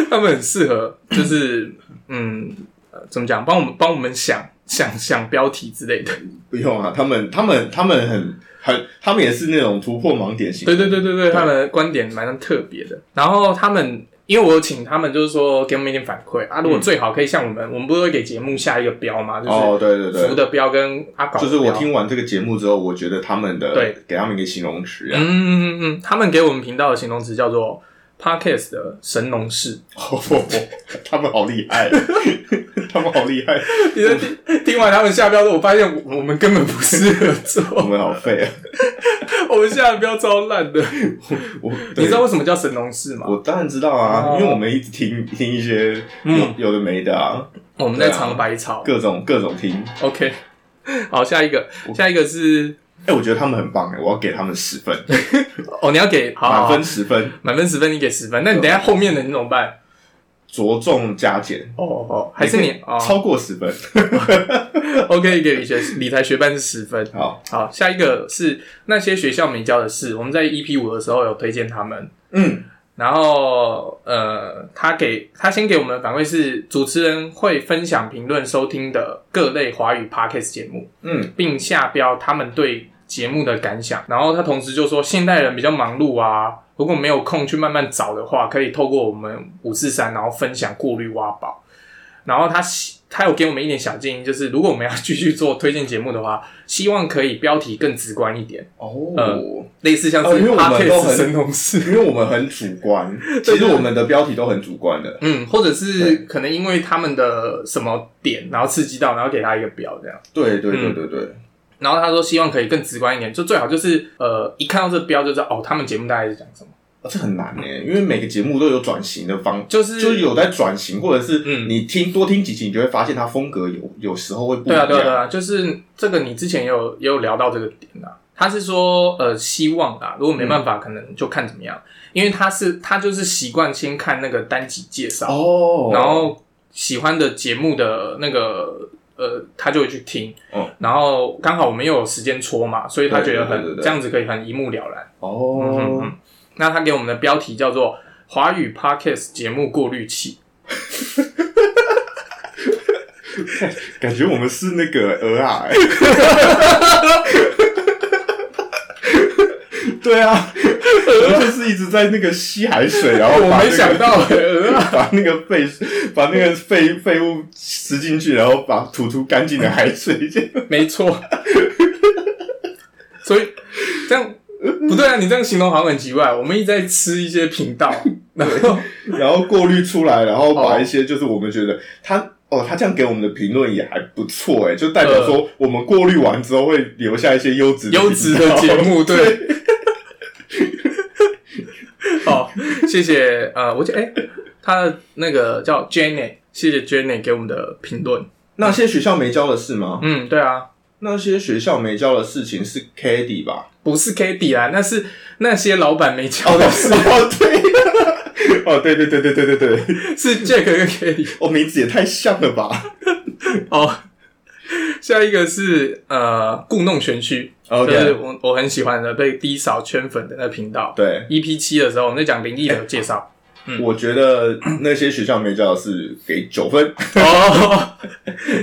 他们很适合，就是嗯、呃怎么讲，帮我们帮我们想想想标题之类的。 不用啊，他们他们他们很很，他们也是那种突破盲点型。对对对对对，他们的观点蛮特别的。然后他们，因为我有请他们，就是说给我们一点反馈啊，如果嗯最好可以像我们，我们不是会给节目下一个标嘛，就哦，对对是福对，的标跟阿搞的就是我标听完这个节目之后，我觉得他们的对，给他们一个形容词啊。嗯嗯嗯嗯，他们给我们频道的形容词叫做 “podcast 的神农氏”。 他们好厉害， 他们好厉害，你在听听完他们下标之后，我发现我我们根本不适合我做， 们好废啊！我们下的标超烂的。我你知道对为什么叫神农氏吗？我当然知道啊，哦因为我们一直听听一些有嗯有的没的啊，我啊们在尝百草。各种各种听。 OK，好，下一个，下一个是哎，我觉得他们很棒哎，我要给他们十分，哦，你要给好满好分十分，满分十分，你给十分。那你等一下后面的你怎么办？着重加减，哦哦，还是你哦超过十 分。 ？OK，给理学理财学办是十分。好，好，下一个是那些学校没教的事。我们在 EP 五的时候有推荐他们，嗯，然后呃，他给他先给我们的反馈是，主持人会分享评论收听的各类华语 podcast 节目，嗯，并下标他们对节目的感想。然后他同时就说，现代人比较忙碌啊，如果没有空去慢慢找的话，可以透过我们五四三，然后分享过滤挖宝。然后他希他有给我们一点小建议，就是如果我们要继续做推荐节目的话，希望可以标题更直观一点，哦，类似像是哦因为我们都 podcast 很神农氏。因为我们很主 观，其实我们的标题都很主观的。嗯，或者是对可能因为他们的什么点，然后刺激到，然后给他一个表这样。对对对嗯对对，然后他说希望可以更直观一点，就最好就是呃，一看到这标就知道哦，他们节目大概是讲什么，啊这很难呢，因为每个节目都有转型的方，就是就是有在转型，或者是嗯你听多听几集，你就会发现它风格有有时候会不一对啊样。对啊对啊，就是这个你之前也有也有聊到这个点啊。他是说呃，希望啊，如果没办嗯法，可能就看怎么样，因为他是他就是习惯先看那个单集介绍，哦，然后喜欢的节目的那个呃，他就会去听。嗯然后刚好我们又有时间戳嘛，所以他觉得对对对对很对这样子可以很一目了然。嗯嗯哦嗯，。那他给我们的标题叫做“华语 Podcast 节目过滤器感觉我们是那个鹅 啊。欸对啊，鹅就是一直在那个吸海水，然后我把没那个想到 鹅啊，把那个废把那个废废物吃进去，然后把吐出干净的海水。 没错。所以这样不对啊，你这样形容好像很奇怪。我们一直在吃一些频道，然后然后过滤出来，然后把哦一些就是我们觉得他哦，他这样给我们的评论也还不错哎，就代表说我们过滤完之后会留下一些优质呃优质的节频道。目，对。 好，谢谢呃，我觉得哎、他的那个叫 Jenny，谢谢 Jenny 给我们的评论。那些学校没教的事吗？嗯，对啊，那些学校没教的事情是 k a d y 吧？不是 k a t i e 啦，那是那些老板没教哦，的事， 哦，对，哦，对对对对对对对， 是 Jack 跟 k a t i e 哦，名字也太像了吧哦，下一个是呃故弄玄虚就是？OK，我我很喜欢的被低扫圈粉的那个频道。对， EP 七的时候，我们在讲灵异的介 绍。我觉得那些学校没教的事给九分，哦，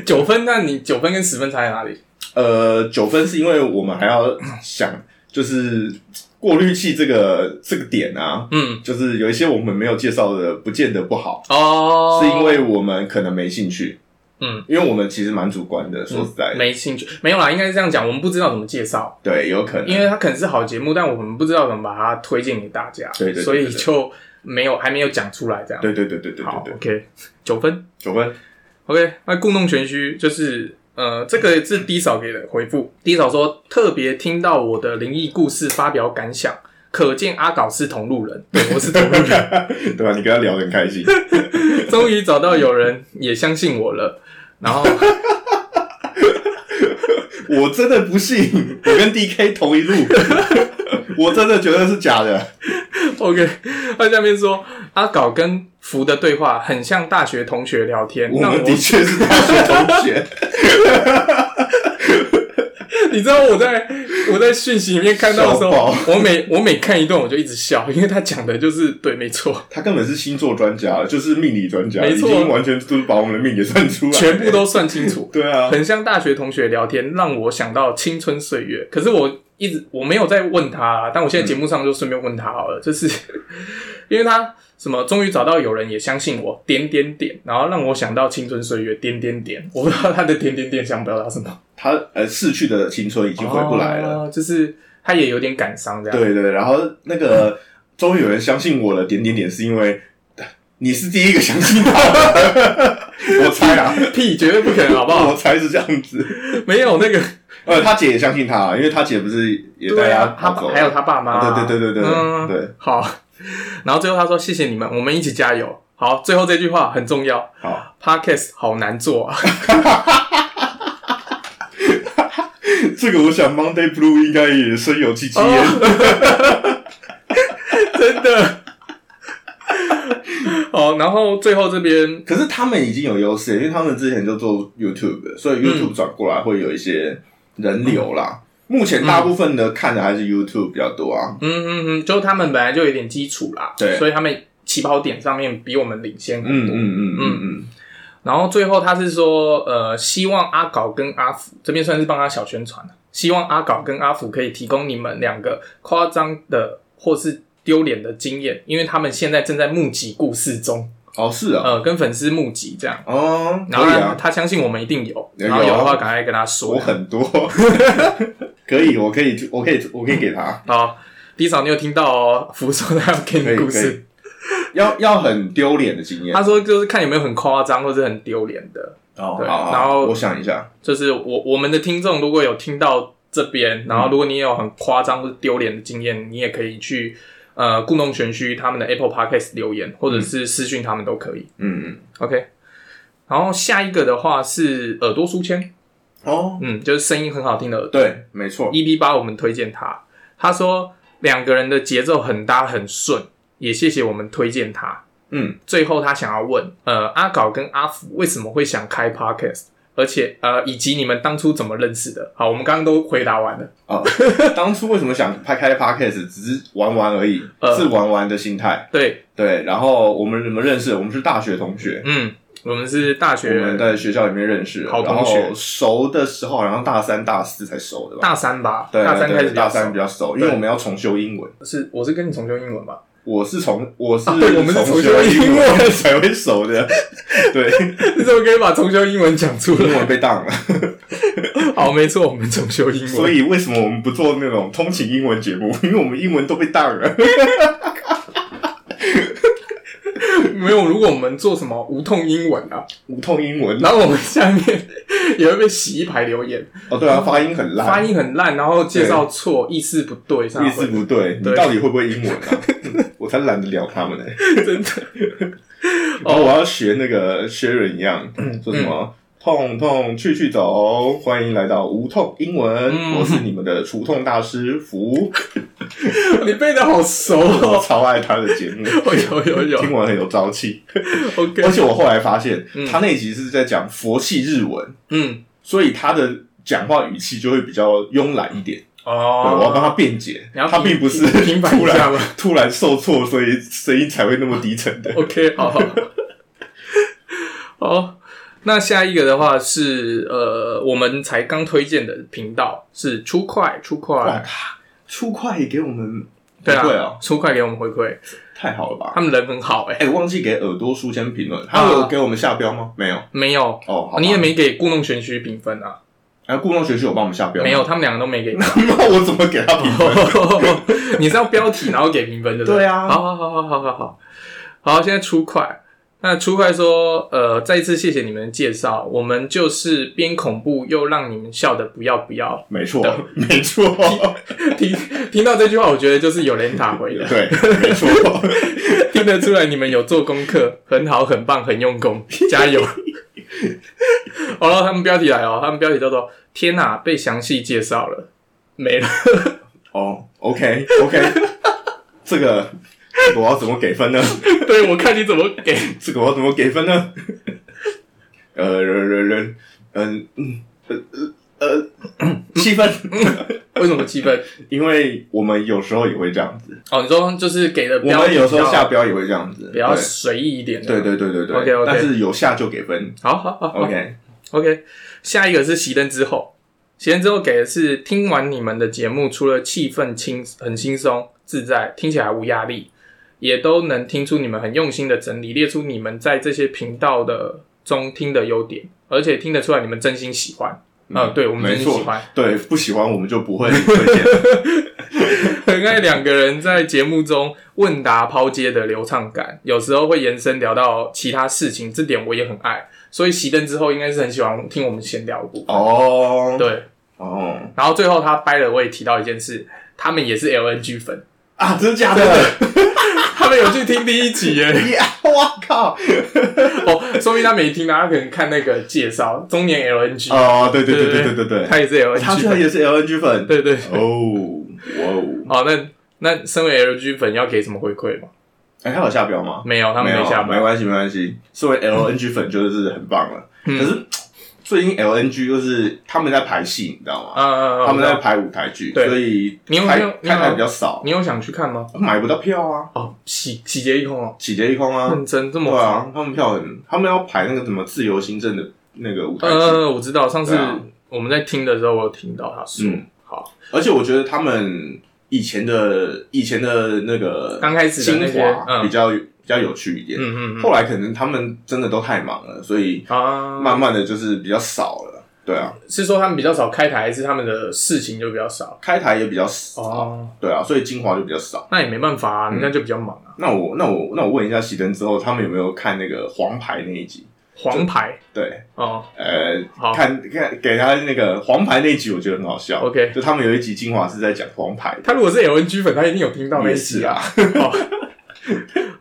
九分，那你九分跟十分差在哪里？呃，九分是因为我们还要想，就是过滤器这个这个点啊，嗯，就是有一些我们没有介绍的，不见得不好，哦，是因为我们可能没兴趣。嗯，因为我们其实蛮主观的，说实在的，没兴趣，没有啦，应该是这样讲，我们不知道怎么介绍，对，有可能，因为它可能是好节目，但我们不知道怎么把它推荐给大家，对对对所以对对就没有还没有讲出来这样。对对对对对好对对， ，OK，九分。九分， OK，那故弄玄虚就是呃，这个是低嫂给的回复。低嫂说特别听到我的灵异故事发表感想，可见阿搞是同路人，对我是同路人， 对吧、你跟他聊得很开心，终于找到有人也相信我了。然后我真的不信，我跟 DK 同一路， 我真的觉得是假的。 OK，他下面说阿搞跟福的对话很像大学同学聊天，我那们的确是大学同学， 你知道我在我在讯息里面看到的时笑爆候，我每我每看一段我就一直笑，因为他讲的就是对，没错。他根本是星座专家了，就是命理专家，没已错经完全都是把我们的命给算出来，。全部都算清楚 对啊，很像大学同学聊天，让我想到青春岁月。可是我一直我没有在问他啊，但我现在节目上就顺便问他好了，就是因为他什么终于找到有人也相信我点点点，然后让我想到青春岁月点点点。我不知道他的点点点想表达什么，他呃逝去的青春已已经回不来哦了，就是他也有点感伤这样。对对，然后那个终于有人相信我了，点点点是因为呃你是第一个相信他的， 我猜啊， 屁，绝对不可能，好不我 好？猜是这样子，没有那个，呃，他姐也相信他，因为他姐不是也带对啊，他跑走了，还有他爸妈啊、对对对对对嗯对，好。然后最后他说：“谢谢你们，我们一起加油。”好，最后这句话很重要。好， Podcast 好难做啊！这个我想 Monday Blue 应该也深有戚戚 焉，哦真的。好，然后最后这边 可是他们已经有优势，因为他们之前就做 YouTube，了所嗯以 YouTube 转过来会有一些人流啦。目前大部分的看的还是 YouTube 比较多啊。嗯嗯嗯，就他们本来就有点基础啦，对所以他们起跑点上面比我们领先很嗯多。嗯嗯嗯嗯，然后最后他是说，呃，希望阿搞跟阿福这边算是帮他小宣传了，希望阿搞跟阿福可以提供你们两个夸张的或是丢脸的经验，因为他们现在正在募集故事中，哦是啊，呃，跟粉丝募集这样。哦可呃然后以他啊，他相信我们一定有，有然后有的有话啊赶快跟他说。我很多， 可以，我可以，我可以，我可以给他，好，迪嫂，你有听到哦？福说他要给可你以故可事以，，要要很丢脸的经验他。说就是看有没有很夸张或者很丢脸的，哦对好好然后我想一下，就是我我们的听众如果有听到这边，然后如果你也有很夸张或者丢脸的经验，你也可以去呃故弄玄虚他们的 Apple Podcast 留言，或者是私讯他们都可以。嗯嗯， OK，然后下一个的话是耳朵书签，哦，嗯，就是声音很好听的耳朵。对，没错， EP 八我们推荐他，他说两个人的节奏很搭很顺，也谢谢我们推荐他。嗯，最后他想要问，呃，阿搞跟阿福为什么会想开 podcast？而且呃，以及你们当初怎么认识的？好，我们刚刚都回答完了。啊， 当初为什么想拍开 podcast，只是玩玩而已呃，是玩玩的心态。对，对，然后我们怎么认识？我们是大学同学，嗯，我们是大我们学在学校里面认识的，好同然后学熟的时候好像大三大四才熟的吧？大三吧，对大三对开始比较大三熟比较熟，因为对我们要重修英文。是我是跟你重修英文吧？ 我是从我是啊对我们是重重修修英英文文才会熟 的，对，你怎么可以把重修英文讲出英来？文被当了。好，没错，我们重修英文，所以为什么我们不做那种通勤英文节目？因为我们英文都被当了。没有。如果我们做什么无痛英文啊， 无痛英文然后我们下面也会被洗一排留言，哦，对啊，发音很烂，发音很烂，然后介绍错，意思不对，意思不对，你对到底会不会英文啊？ 我才懒得聊他们呢、真的。 然后我要学那个 Sharon 一样，嗯说什么、痛痛去去走，欢迎来到无痛英文，嗯我是你们的除痛大师福，你背的好熟我哦， 超爱他的节目，有有有有听完很有朝气。 ，OK，而且我后来发现，嗯他那集是在讲佛系日文，嗯，所以他的讲话语气就会比较慵懒一点。对，我要帮他哦，辩解，你要他平并不是平平反突一下然吗突然受挫，所以声音才会那么低沉的。 OK，好好 好。那下一个的话是呃，我们才刚推荐的频道是出快出哇快，出快也给我们对回馈啊哦，，出快给我们回馈，太好了吧他？们人很好哎、哎，忘记给耳朵书签评论，他有给我们下标吗？没有没有，哦，好吧啊你也。没给故弄玄虚评分啊，哎，故弄玄虚有帮我们下标吗没有，，他们两个都没给。 那我怎么给他评分？ 你是要标题然后给评分对不对啊好好好好好好好，好，现在出快。那出快说，呃，再一次谢谢你们的介绍，我们就是边恐怖又让你们笑的不要不要。 没错，没错，听听到这句话，我觉得就是有人打回的， 对，没错，听得出来你们有做功课，很好，很棒，很用功，加油。 好了，他们标题来哦，他们标题叫做“天哪、被详细介绍了”，没了。 哦，OK，OK，这个我要怎么给分呢？对，我看你怎么给。这个我要怎么给分呢？ 呃，人人人，嗯嗯呃呃呃，七分， 为什么七分？因为我们有时候也会这样子，哦，你说就是给的我标们题有时候比较下标也会这样子，比较随意一点的。对对对对对对 OK，OK 但是有下就给 分好，好好好，OK， OK 下一个是熄灯之后，熄灯之后给的是听完你们的节目，除了气氛轻很轻松自在，听起来无压力，也都能听出你们很用心的整理，列出你们在这些频道的中听的优点，而且听得出来你们真心喜欢。嗯啊，对，我们没真心喜错，欢，对，不喜欢我们就不会推荐， 很爱两个人在节目中问答抛接的流畅感，有时候会延伸聊到其他事情，这点我也很爱。所以熄灯之后，应该是很喜欢听我们闲聊的部分。哦，对，哦然后最后他掰了，我也提到一件事，他们也是 LNG 粉，啊，真的假的？他们有去听第一集 耶。呀，我 靠，哦，说明他没听啊，他可能看那个介绍，中年 LNG，、哦，对对对对对对对对，他也是 LNG，他居然粉也是 LNG 粉，对对。哦，哇哦，好，那那身为 LNG 粉要给什么回馈吗？哎，他有下标吗？没有，他们没有下没班。关系，没关系。作为 LNG 粉就是很棒了。嗯可是最近 LNG 就是他们在排戏，你知道吗？嗯嗯嗯，他我知们在道排舞台剧，对所以你有开你有你开有台比较少，你有想去看吗？买不到票啊，哦，洗洗劫一空哦，洗劫一空啊。认真这对么好。啊，他们票很，他们要排那个什么自由新政的那个舞台剧，呃，我知道，上次对啊我们在听的时候，我有听到他说，嗯好，而且我觉得他们以前的以前的那个刚开始的精那些华嗯比较比较有趣一点，嗯嗯嗯后来可能他们真的都太忙了，所以啊，慢慢的就是比较少了。对啊，是说他们比较少开台，还是他们的事情就比较少？开台也比较少，哦，对啊，所以精华就比较少。那也没办法啊，人家就比较忙啊。那我那我那我问一下熄灯之后，他们有没有看那个黄牌那一集？黄牌对，哦，呃，好看看给他那个黄牌那一集，我觉得很好笑。 OK 就他们有一集精华是在讲黄牌的，他如果是 LNG 粉，他一定有听到那也一是集啊。啊，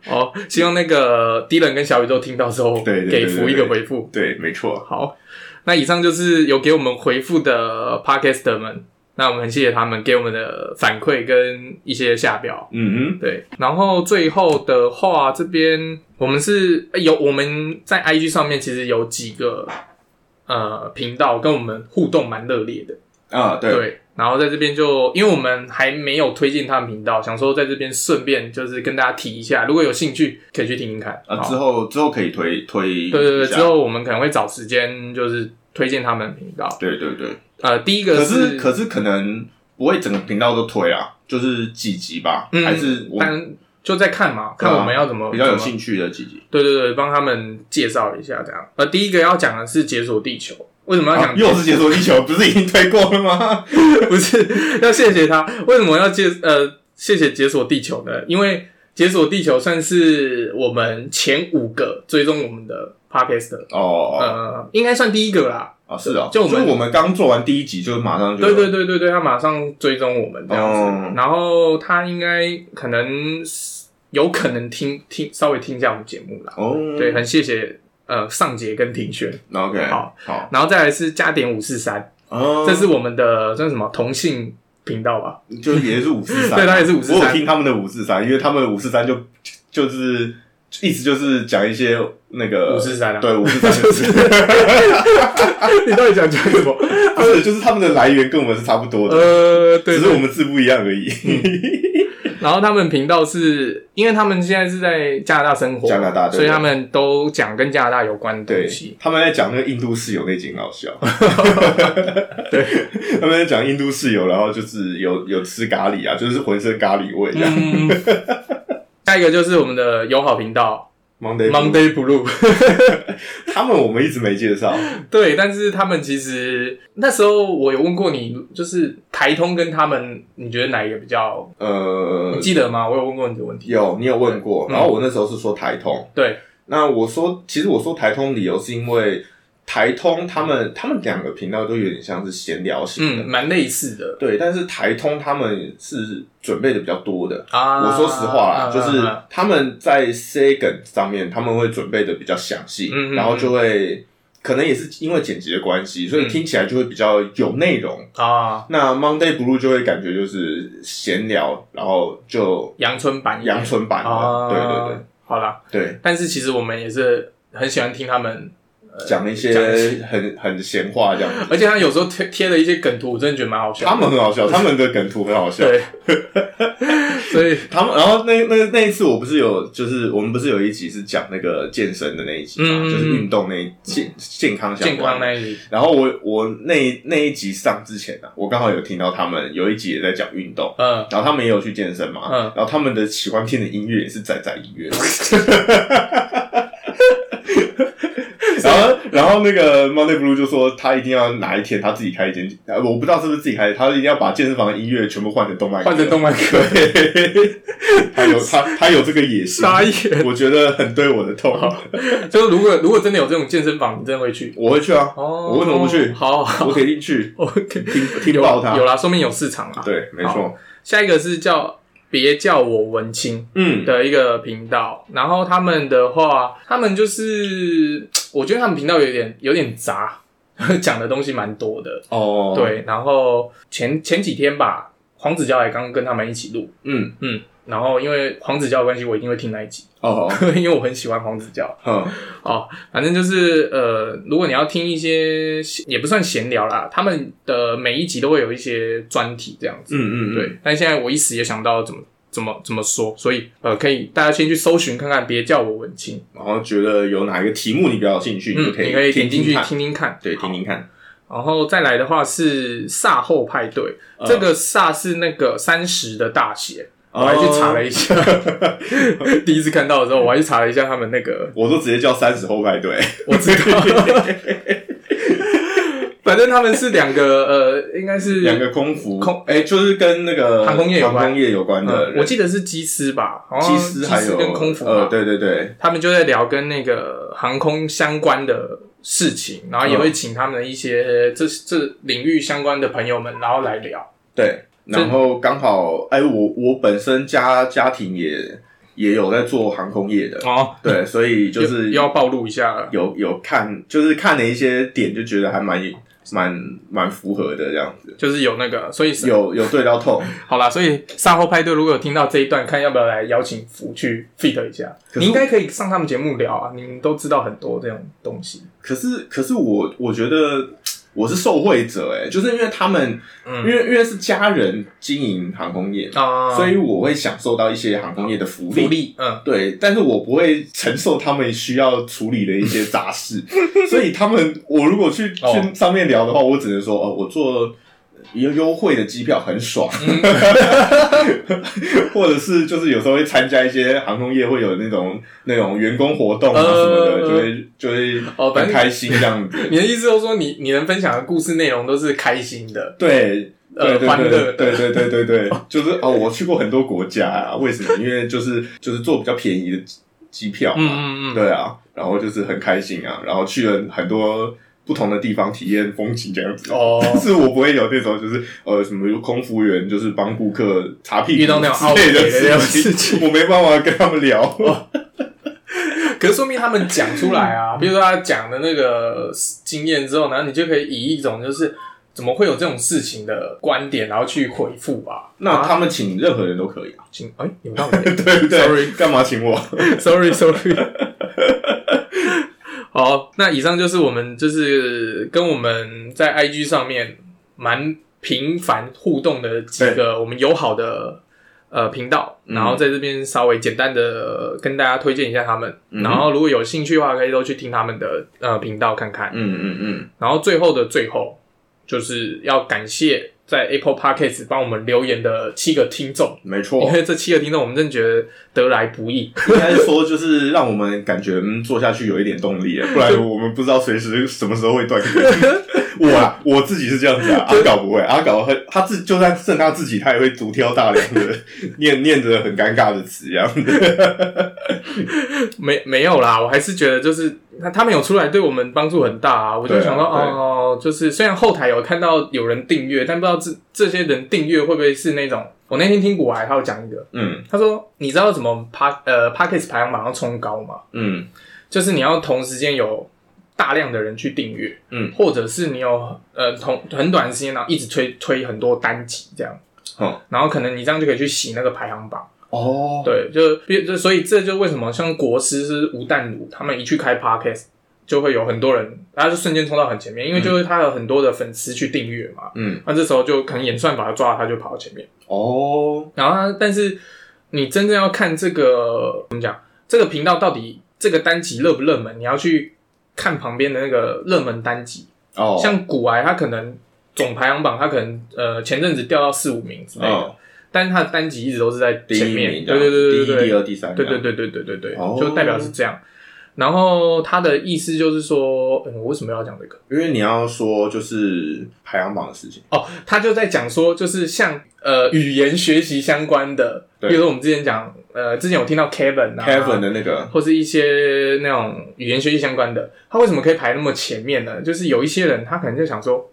哦，希望那个迪伦跟小宇宙听到之后，对对对给对福对一个回复。对，没错，好，那以上就是有给我们回复的 Podcaster 们，那我们很谢谢他们给我们的反馈跟一些下标。嗯对，然后最后的话，这边我们是呃有我们在 IG 上面其实有几个呃频道跟我们互动蛮热烈的，哼，啊，对，对，然后在这边就因为我们还没有推荐他们频道，想说在这边顺便就是跟大家提一下，如果有兴趣可以去听听看啊，好之后之后可以推推一下，对对对，之后我们可能会找时间就是推荐他们频道。对对对，呃，第一个可是可是是可能不会整个频道都推啊，就是几集吧，嗯还是我们看就在看嘛，看对啊我们要怎么比较有怎么兴趣的几集。对对对，帮他们介绍一下这样。呃，第一个要讲的是解锁地球，为什么要啊讲、又是解锁地球， 不是已经推过了吗？ 不是要谢谢他？为什么要介呃谢谢解锁地球呢？因为解锁地球算是我们前五个追踪我们的 podcast 的，哦哦呃，应该算第一个啦。哦，是哦，嗯就我们我们刚做完第一集，就马上就对对对对对，他马上追踪我们这样子，啊哦然后他应该可能有可能听听稍微听一下我们节目啦。哦，对，很谢谢呃上杰跟庭轩， ，OK，好好，然后再来是加点五四三。哦这是我们的算什么同性频道吧？就也是五四 三，对他也是543我有听他们的五四三，因为他们的五四三就就是意思就是讲一些那个五四三啊，对五四 三就是啊你到底想讲什么？ 不是就是他们的来源跟我们是差不多的，呃，对，嗯只是对我们字不一样而已。然后他们频道是因为他们现在是在加拿大生活，加拿大对所以他们都讲跟加拿大有关的对东西，。他们在讲那个印度室友那集很 好笑。对， 他们在讲印度室友，然后就是有有吃咖喱啊，就是浑身咖喱味这样。嗯，下一个就是我们的友好频道 Monday Blue Monday Blue， 他们我们一直没介绍，对，但是他们其实那时候我有问过你，就是台通跟他们，你觉得哪一个比较？呃你，记得吗？我有问过你这个问题，有你有问过，嗯然后我那时候是说台通。对，那我说，其实我说台通理由是因为台通他们他们两个频道都有点像是闲聊型的，嗯，蛮类似的。对，但是台通他们是准备的比较多的。啊我说实话啦，嗯就是嗯他们在 C 梗上面他们会准备的比较详细，嗯嗯然后就会可能也是因为剪辑的关系，所以嗯听起来就会比较有内容。嗯啊，那 Monday Blue 就会感觉就是闲聊，然后就阳春版一点阳春版的，啊，对对好啦，对对，但是其实我们也是很喜欢听他们，讲一些讲一些很很闲话这样子。 而且他有时候贴贴了一些梗图，我真的觉得蛮好笑的。他们很好笑，他们的梗图很好笑。对， 所以他们，然后那那那一次我不是有，就是我们不是有一集是讲那个健身的那一集嘛，嗯就是运动那一健健康相健关康。那一集，然后我我那一那一集上之前啊，我刚好有听到他们有一集也在讲运动，嗯，然后他们也有去健身嘛，嗯然后他们的喜欢听的音乐也是仔仔音乐。 然后，然后那个 Monday Blue 就说，他一定要哪一天他自己开一间，呃我不知道是不是自己开，他一定要把健身房的音乐全部换成动漫歌，换成动漫歌，对，他有他他有这个野 心，傻眼。我觉得很对我的痛。就是如果如果真的有这种健身房，你真的会去？我会去啊，哦，我为什么不去好我肯定 去， ，OK，听听有爆啦他有。啦，说明有市场啦。对，没错好，下一个是叫别叫我文青，嗯，的一个频道，然后他们的话，他们就是，我觉得他们频道有点有点杂， 讲的东西蛮多的。哦，，对，然后前前几天吧，黄子佼还刚跟他们一起录，嗯，然后因为黄子佼的关系，我一定会听那一集， 哦，因为我很喜欢黄子佼。哼，哦，反正就是呃，如果你要听一些也不算闲聊啦，他们的每一集都会有一些专题这样子。 嗯嗯，，对，但现在我一时也想不到怎么怎么怎么说，所以呃，可以大家先去搜寻看看，别叫我文青，然后觉得有哪一个题目你比较有兴趣，嗯，就你可以可以点听进去看，听听看，对，好听听看。然后再来的话是萨后派对，呃这个萨是那个三十的大写，我还去查了哦，一 下，第一次看到的时候我还去查了一下他们那个，我都直接叫三十后排队。我知 道。反正他们是两个呃，应该是两个空服空，哎，就是跟那个航空业有关航空业有关的嗯人，我记得是机师吧，好像机师还有跟空服吧，呃，对对对，他们就在聊跟那个航空相关的事情，然后也会请他们的一些这这领域相关的朋友们，然后来聊。对，这然后刚好，哎，我我本身家家庭也也有在做航空业的，哦，对，所以就又是要暴露一下了。有有看，就是看了一些点，就觉得还蛮蛮蛮符合的这样子，就是有那个，所以是有有对到痛。好啦，所以赛后派对如果有听到这一段，看要不要来邀请福去 fit 一下。可是你应该可以上他们节目聊啊，你们都知道很多这种东西。可是可是我我觉得我是受惠者、欸，哎，就是因为他们，嗯因为因为是家人经营航空业，啊，所以我会享受到一些航空业的福利福。利，嗯，对，但是我不会承受他们需要处理的一些杂事，所以他们我如果去哦去上面聊的话，我只能说哦，我做优优惠的机票很爽，嗯 或者是就是有时候会参加一些航空业会有那种那种员工活动啊呃什么的，就会就会哦反正很开心这样子。你的意思就是说你你能分享的故事内容都是开心的，对。对 呃对欢乐对的对对对对对，就是哦，我去过很多国家啊，为什么？因为就是就是坐比较便宜的机机票嘛，嗯嗯嗯，对啊，然后就是很开心啊，然后去了很多不同的地方体验风景这样子。哦但是我不会有那种就是呃什么空服员就是帮顾客擦屁股遇到那种懊悔之类的那的种事事情，哦情我没办法跟他们聊。可是说明他们讲出来啊，比如说他讲的那个经验之后，然后你就可以以一种就是怎么会有这种事情的观点，然后去回复吧。那啊他们请任何人都可以啊，请哎，有道理。对不对 Sorry 干嘛请我？ Sorry Sorry。好，那以上就是我们就是跟我们在 IG 上面蛮频繁互动的几个我们友好的呃频道，嗯然后在这边稍微简单的跟大家推荐一下他们，嗯然后如果有兴趣的话，可以都去听他们的呃频道看看。嗯嗯嗯，然后最后的最后，就是要感谢在 Apple Podcast 帮我们留言的七个听众，没因错，为这七个听众我们真的觉得得来不易。应该说就是让我们感觉嗯做下去有一点动力了，不然我们不知道随时什么时候会断更。我啊，我自己是这样子啊，阿搞不会，阿搞他他自就算剩他自己，他也会独挑大梁的念念着很尴尬的词这样子。没没有啦，我还是觉得就是他他们有出来对我们帮助很大啊。我就对啊想到、对哦，就是虽然后台有看到有人订阅，但不知道这这些人订阅会不会是那种。我那天听古玩，他有讲一个，嗯他说你知道怎么 p 呃 p a c k e t 排行榜要冲高吗？嗯就是你要同时间有大量的人去订阅，嗯，或者是你有呃同很短的时间，然后一直推推很多单集这样，哦然后可能你这样就可以去洗那个排行榜，哦，对，就比就所以这就为什么像国师是吴淡如，他们一去开 podcast 就会有很多人，他就瞬间冲到很前面，因为就是他有很多的粉丝去订阅嘛，嗯那这时候就可能演算法抓到他就跑到前面。哦，然后它，但是你真正要看这个怎么讲，这个频道到底这个单集热不热门，你要去看旁边的那个热门单集。哦，像古癌，它可能总排行榜，它可能呃前阵子掉到四五名之类的，哦但是它的单集一直都是在第前一面。名对这对样，对对对第一、第对二、第三，对对，对对对对对，哦就代表是这样。然后他的意思就是说，嗯，我为什么要讲这个？因为你要说就是排行榜的事情，哦，他就在讲说，就是像呃语言学习相关的，比对如说我们之前讲，呃，之前有听到 Kevin 啊 Kevin 的那个，或是一些那种语言学习相关的，他为什么可以排那么前面呢？就是有一些人他可能就想说，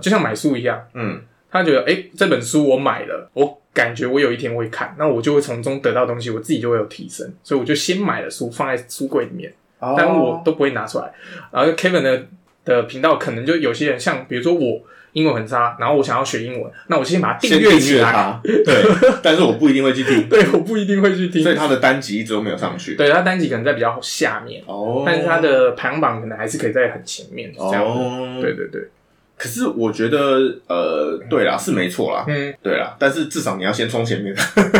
就像买书一样，嗯。他觉得诶，这本书我买了，我感觉我有一天会看，那我就会从中得到东西，我自己就会有提升，所以我就先买了书放在书柜里面。但哦我都不会拿出来。然后 Kevin 的的频道可能就有些人像，比如说我英文很差，然后我想要学英文，那我先把它先订订阅起阅来。它，对，但是我不一定会去 听，对，我不一定会去听所。以他的单集一直都没有上去。对，它单集可能在比较下面，哦，但是它的排行榜可能还是可以在很前面这样子。哦，对。对对，可是我觉得，呃，对啦，是没错啦，嗯，对啦，但是至少你要先冲前面。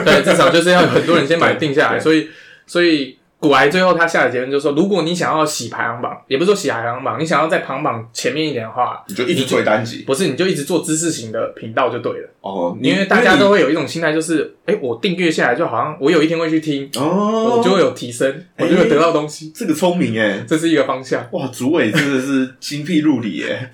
对，至少就是要有很多人先把它定下对来， 对所以所以。古癌最后他下的结论就是说，如果你想要洗排行榜，也不是说洗排行榜，你想要在排行榜前面一点的话，你就一直推单集不是你就一直做知识型的频道就对了。哦，你因为大家都会有一种心态，就是哎、诶我订阅下来，就好像我有一天会去听，你哦，我就会有提升，诶我就会得到东西，这个聪明哎，这是一个方向。哇，主委真的是精辟入 理哎，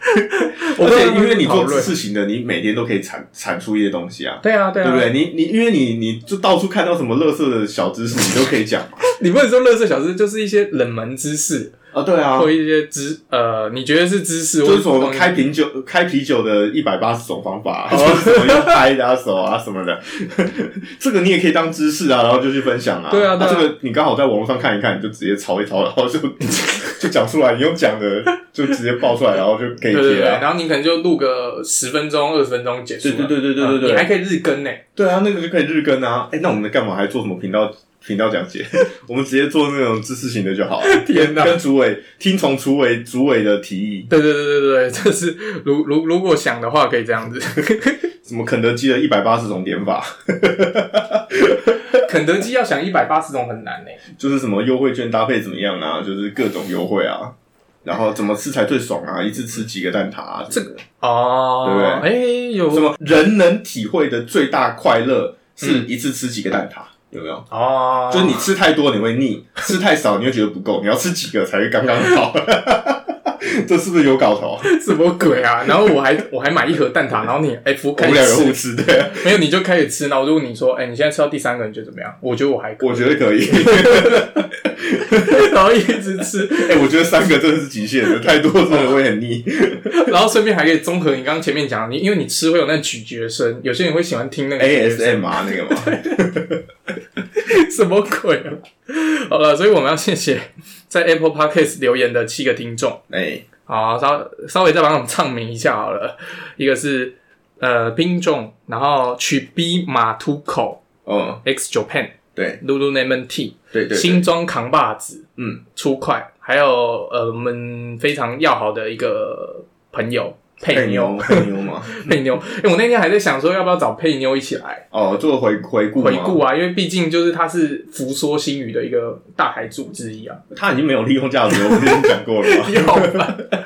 我而不知且道他们因为你怎么做讨论事情的，你每天都可以产产出一些东西啊。对啊，对对啊，不对？你你因为你你就到处看到什么乐色的小知识，你都可以讲嘛。你不能说乐色小事，就是一些冷门知识、啊，对啊，或一些知呃，你觉得是知识，就是什我么开瓶酒、开啤酒的一百八十种方 法，就是什么用拍的啊、手啊什么的， 这个你也可以当知识啊，然后就去分享啊。对啊对啊这个你刚好在网络上看一看，你就直接抄一抄，然后 就就讲出来，你用讲的就直接爆出来，然后就可对以对对，贴啊。然后你可能就录个十分钟、二十分钟结束了，对对对对对对啊嗯对 你还可以日更呢、对啊，那个就可以日更啊。哎，那我们干嘛还做什么频道 频道讲解，我们直接做那种知识型的就 好了。天哪跟主委听从主委主委的提议，对对对对对，这是如如如果想的话可以这样子。 什么肯德基的一百八十种点法，肯德基要想一百八十种很难呢、就是什么优惠券搭配怎么样啊，就是各种优惠啊，然后怎么吃才最爽啊，一次吃几个蛋挞啊，这个哦，对不哎、有什么人能体会的最大快乐是一次吃几个蛋挞，有没有？哦，就是你吃太多你会腻，吃太少你会觉得不够，你要吃几个才会刚刚好。 这是不是有搞头？ 什么鬼啊？然后我还 我还买一盒蛋挞，然后你哎，福我开们始两个互吃，吃，对啊，没有你就开始吃。然后如果你说哎、你现在吃到第三个，你觉得怎么样？我觉得我还可以，我觉得可 以。 然后一直吃，哎、我觉得三个真的是极限了，太多真的会很 腻。然后顺便还可以综合你刚刚前面讲的，你因为你吃会有那咀嚼声，有些人会喜欢听那个 ASM 啊，那个嘛， 什么鬼啊？好了，所以我们要谢谢 在 Apple Podcast 留言的七个听众。哎、好，稍稍微再帮我们唱名一下好了。一个是呃冰种，然后曲 B 马图口哦， X Japan 对 Lululemon T 对对对，新装扛把子嗯，出快，还有呃我们非常要好的一个朋友配佩妞 妞配妞嘛，佩妞。哎、我那天还在想说要不要找佩妞一起来哦，做回回顾嘛回顾，啊，因为毕竟就是她是福说新语的一个大台主之一啊。 他已经没有利用价值了，我之前讲过了嘛。要吧？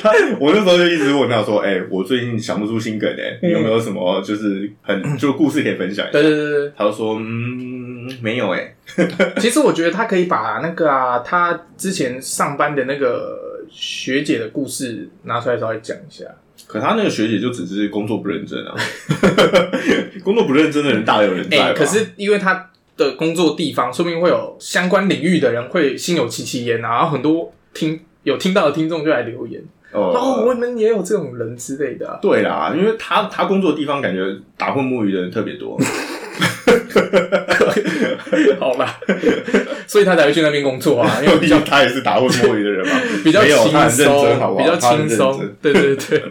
他我那时候就一直问他说，哎、我最近想不出新梗哎、你有没有什么就是很就故事可以分享一下对？对对对。他就说，嗯，没有哎、其实我觉得他可以把那个啊，他之前上班的那个学姐的故事拿出来稍微讲一下。可他那个学姐就只是工作不认真 啊，工作不认真的人大有人在哎、吧、可是因为他的工作地方，说不定会有相关领域的人会心有戚戚焉啊，然后很多听有听到的听众就来留言，哦哦，我们也有这种人之类 的啊、对啦，因为他他工作的地方感觉打混摸鱼的人特别多，好吧， 所以他才会去那边工作啊，因为毕竟他也是打混摸鱼的人嘛，比较 没有轻他很认松，真，好不好？比较他很轻认松真。，对对对。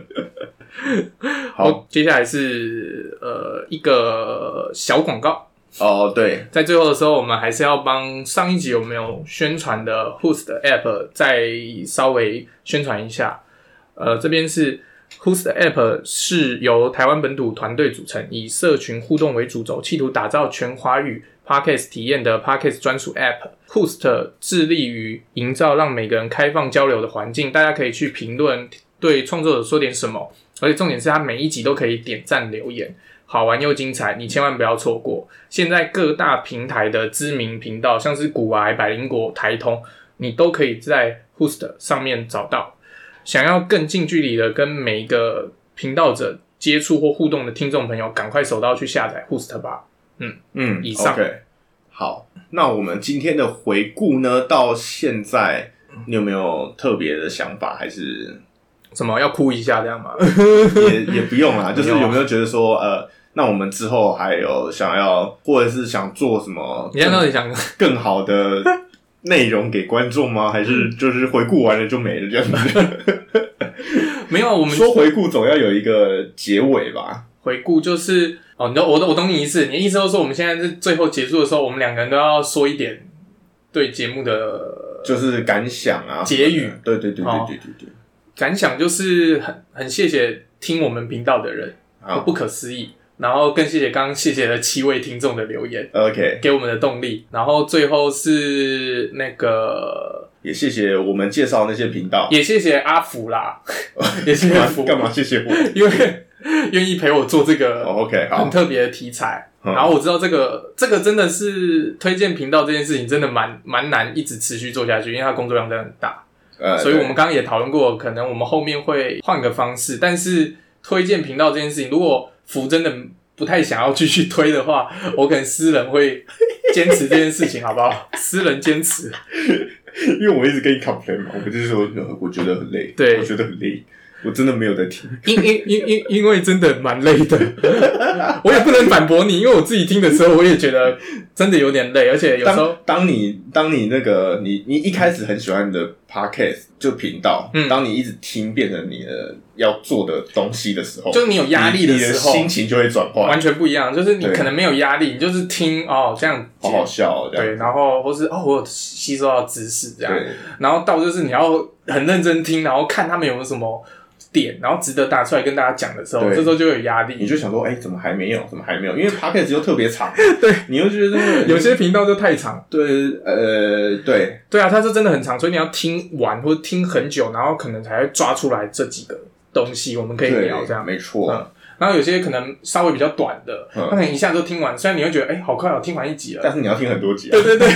好接下来是呃一个小广告。哦，对，在最后的时候，我们还是要帮上一集有没有宣传的 Who's 的 App 再稍微宣传一下。呃，这边是 Who's 的 App 是由台湾本土团队组成，以社群互动为主轴，企图打造全华语 Podcast 体验的 Podcast 专属 App。Who's 致力于营造让每个人开放交流的环境，大家可以去评论，对创作者说点什么，而且重点是他每一集都可以点赞留言。好玩又精彩，你千万不要错过。现在各大平台的知名频道，像是古玩、百灵果、台通，你都可以在 Host 上面找到。想要更近距离的跟每一个频道者接触或互动的听众朋友，赶快手刀去下载 Host 吧。嗯，以上 OK，好，那我们今天的回顾呢，到现在你有没有特别的想法？还是什么要哭一下这样吗？也也不 用啦，就是没有啊有没有觉得说，呃，那我们之后还有想要，或者是想做什么？ 你现在到底想？更好的内容给观众吗？还是嗯就是回顾完了就没了这样子？没有， 我我们说回顾总要有一个结尾吧？回顾就是哦，你懂我懂我懂你意思，你的意思就是说我们现在是最后结束的时候，我们两个人都要说一点对节目的就是感想啊，结语对。对对对好对对对。感想就是很很谢谢听我们频道的人，好不可思议。然后更谢谢刚刚谢谢了七位听众的留言， ，OK，给我们的动力。然后最后是那个，也谢谢我们介绍那些频道。也谢谢阿福 啦，也谢谢干阿嘛福，干嘛？谢谢我。因为愿意陪我做这个哦 OK，很好，特别的题材。嗯然后我知道这个这个真的是推荐频道这件事情真的蛮蛮难一直持续做下去，因为它工作量真的很大。呃，所以我们刚刚也讨论过，可能我们后面会换个方式，但是推荐频道这件事情，如果福真的不太想要继续推的话， 我可能私人会坚持这件事情，好不 好？私人坚持，对因为我一直跟你 complain 嘛，我就是说，呃我觉得很累，对我觉得很累，我真的没有在听。因因因因因为真的蛮累 的，我也不能反驳你，因为我自己听的时候，我也觉得真的有点累，而且有时候当当你当你那个你你一开始很喜欢你的 podcast 就频道，嗯当你一直听变成你的呃要做的东西的时候，就是你有压力的时候，心情就会转换完，全不一样。就是你对可能没有压力，你就是听哦这样好好笑、哦，这样对，然后或是哦我有吸收到知识这样，对然后到就是你要很认真听，然后看他们有没有什么点，然后值得拿出来跟大家讲的时候，对这时候就有压你力。就想说，哎、怎么还没有？怎么还没有？因为 podcast 又特别长， 对，你又觉得有些频道就太长，对，呃，对，对啊，它是真的很长，所以你要听完或者听很久，然后可能才会抓出来这几个东西，我们可以对聊这样。没错，嗯然后有些可能稍微比较短的，嗯那可能一下就听完，虽然你会觉得哎、好快哦，听完一集了，但是你要听很多集啊对。对对，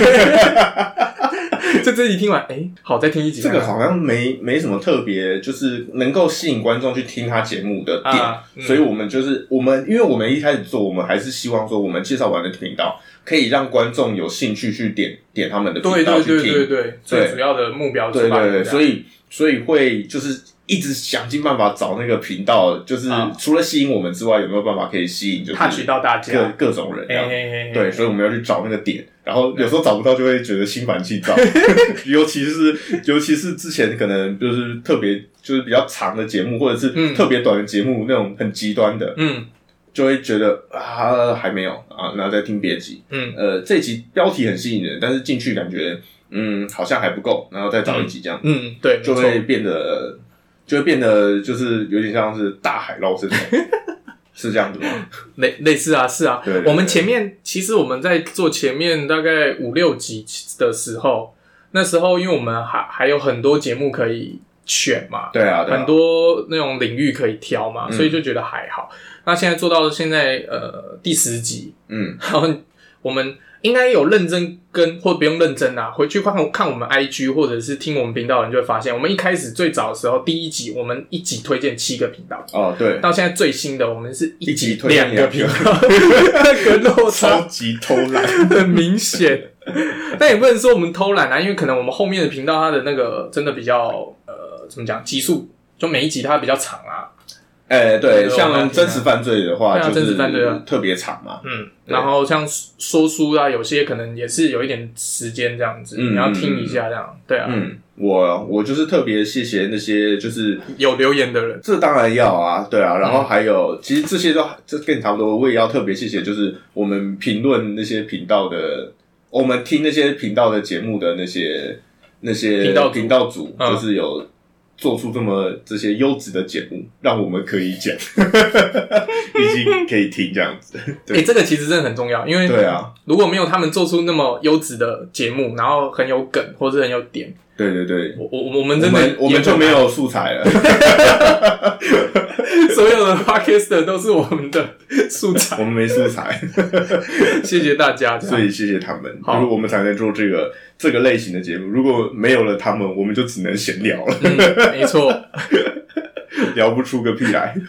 就这集听完，哎、好，再听一集这看个看，好像没没什么特别，就是能够吸引观众去听他节目的点，啊嗯所以我们就是我们，因为我们一开始做，我们还是希望说，我们介绍完的频道可以让观众有兴趣去点点他们的对频道对去对听，对对，最主要的目标是对吧对对，所以以所以会就是一直想尽办法找那个频道，就是啊除了吸引我们之外，有没有办法可以吸引就是 touch 到大家，各各种人这哎样哎哎，哎对，所以我们要去找那个点，然后有时候找不到就会觉得心烦气躁， 尤其是尤其是之前可能就是特别就是比较长的节目，或者是嗯特别短的节目、那种很极端的，嗯就会觉得啊还没有啊，然后再听别集。嗯，呃，这集标题很吸引人，但是进去感觉嗯好像还不够，然后再找一集这样，嗯，对，没就错会变得就会变得就是有点像是大海捞 针的，是这样子吗？类类似啊，是啊。对对对我们前面其实我们在做前面大概五六集的时候，那时候因为我们还还有很多节目可以选嘛，对啊，对啊很多那种领域可以挑嘛，嗯所以就觉得还好。那现在做到现在呃第十集，嗯然后我们应该有认真跟或不用认真啊，回去看看我们 IG 或者是听我们频道的人就会发现，我们一开始最早的时候第一集我们一集推荐七个频道。哦对，到现在最新的，我们是一集集推两个两个频道，那个落差超级偷懒。 很明显。但也不能说我们偷懒啊，因为可能我们后面的频道它的那个真的比较呃，怎么讲，集数就每一集它比较长啊， 哎、对，对我像蛮真实犯罪的话，对啊就真是实犯罪啊特别长嘛。嗯，对然后像说书啊，有些可能也是有一点时间这样子，嗯你要听一下这样，对啊，嗯，我我就是特别谢谢那些，就是有留言的人，这当然要啊，对啊，嗯然后还有、其实这些都这跟你差不多，我也要特别谢谢，就是我们评论那些频道的，我们听那些频道的节目的那些那些频道组频道组，嗯就是有做出这么这些优质的节目，让我们可以 讲，以及可以听这样子。哎、这个其实真的很重要，因为对啊，如果没有他们做出那么优质的节目，然后很有梗或是很有点，对对对，我我我们我真的们我们也就很没有素材了。所有的 podcast 都是我们的 素材， 我们没素材，谢谢大家。所以谢谢他们，好如果我们才能做这个这个类型的节目。如果没有了他们，我们就只能闲聊 了，嗯，没错，聊不出个屁来。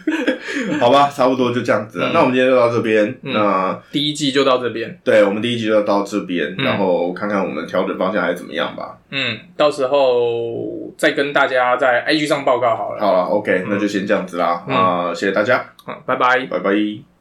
好吧，差不多就这样子嗯了。那我们今天就到这边。嗯那第一季就到这边。对我们第一集就到这边，嗯然后看看我们调整方向还是怎么样吧。嗯，到时候再跟大家在 IG 上报告好了。好了，OK，嗯那就先这样子啦。嗯啊，谢谢大家，好，拜拜。拜拜。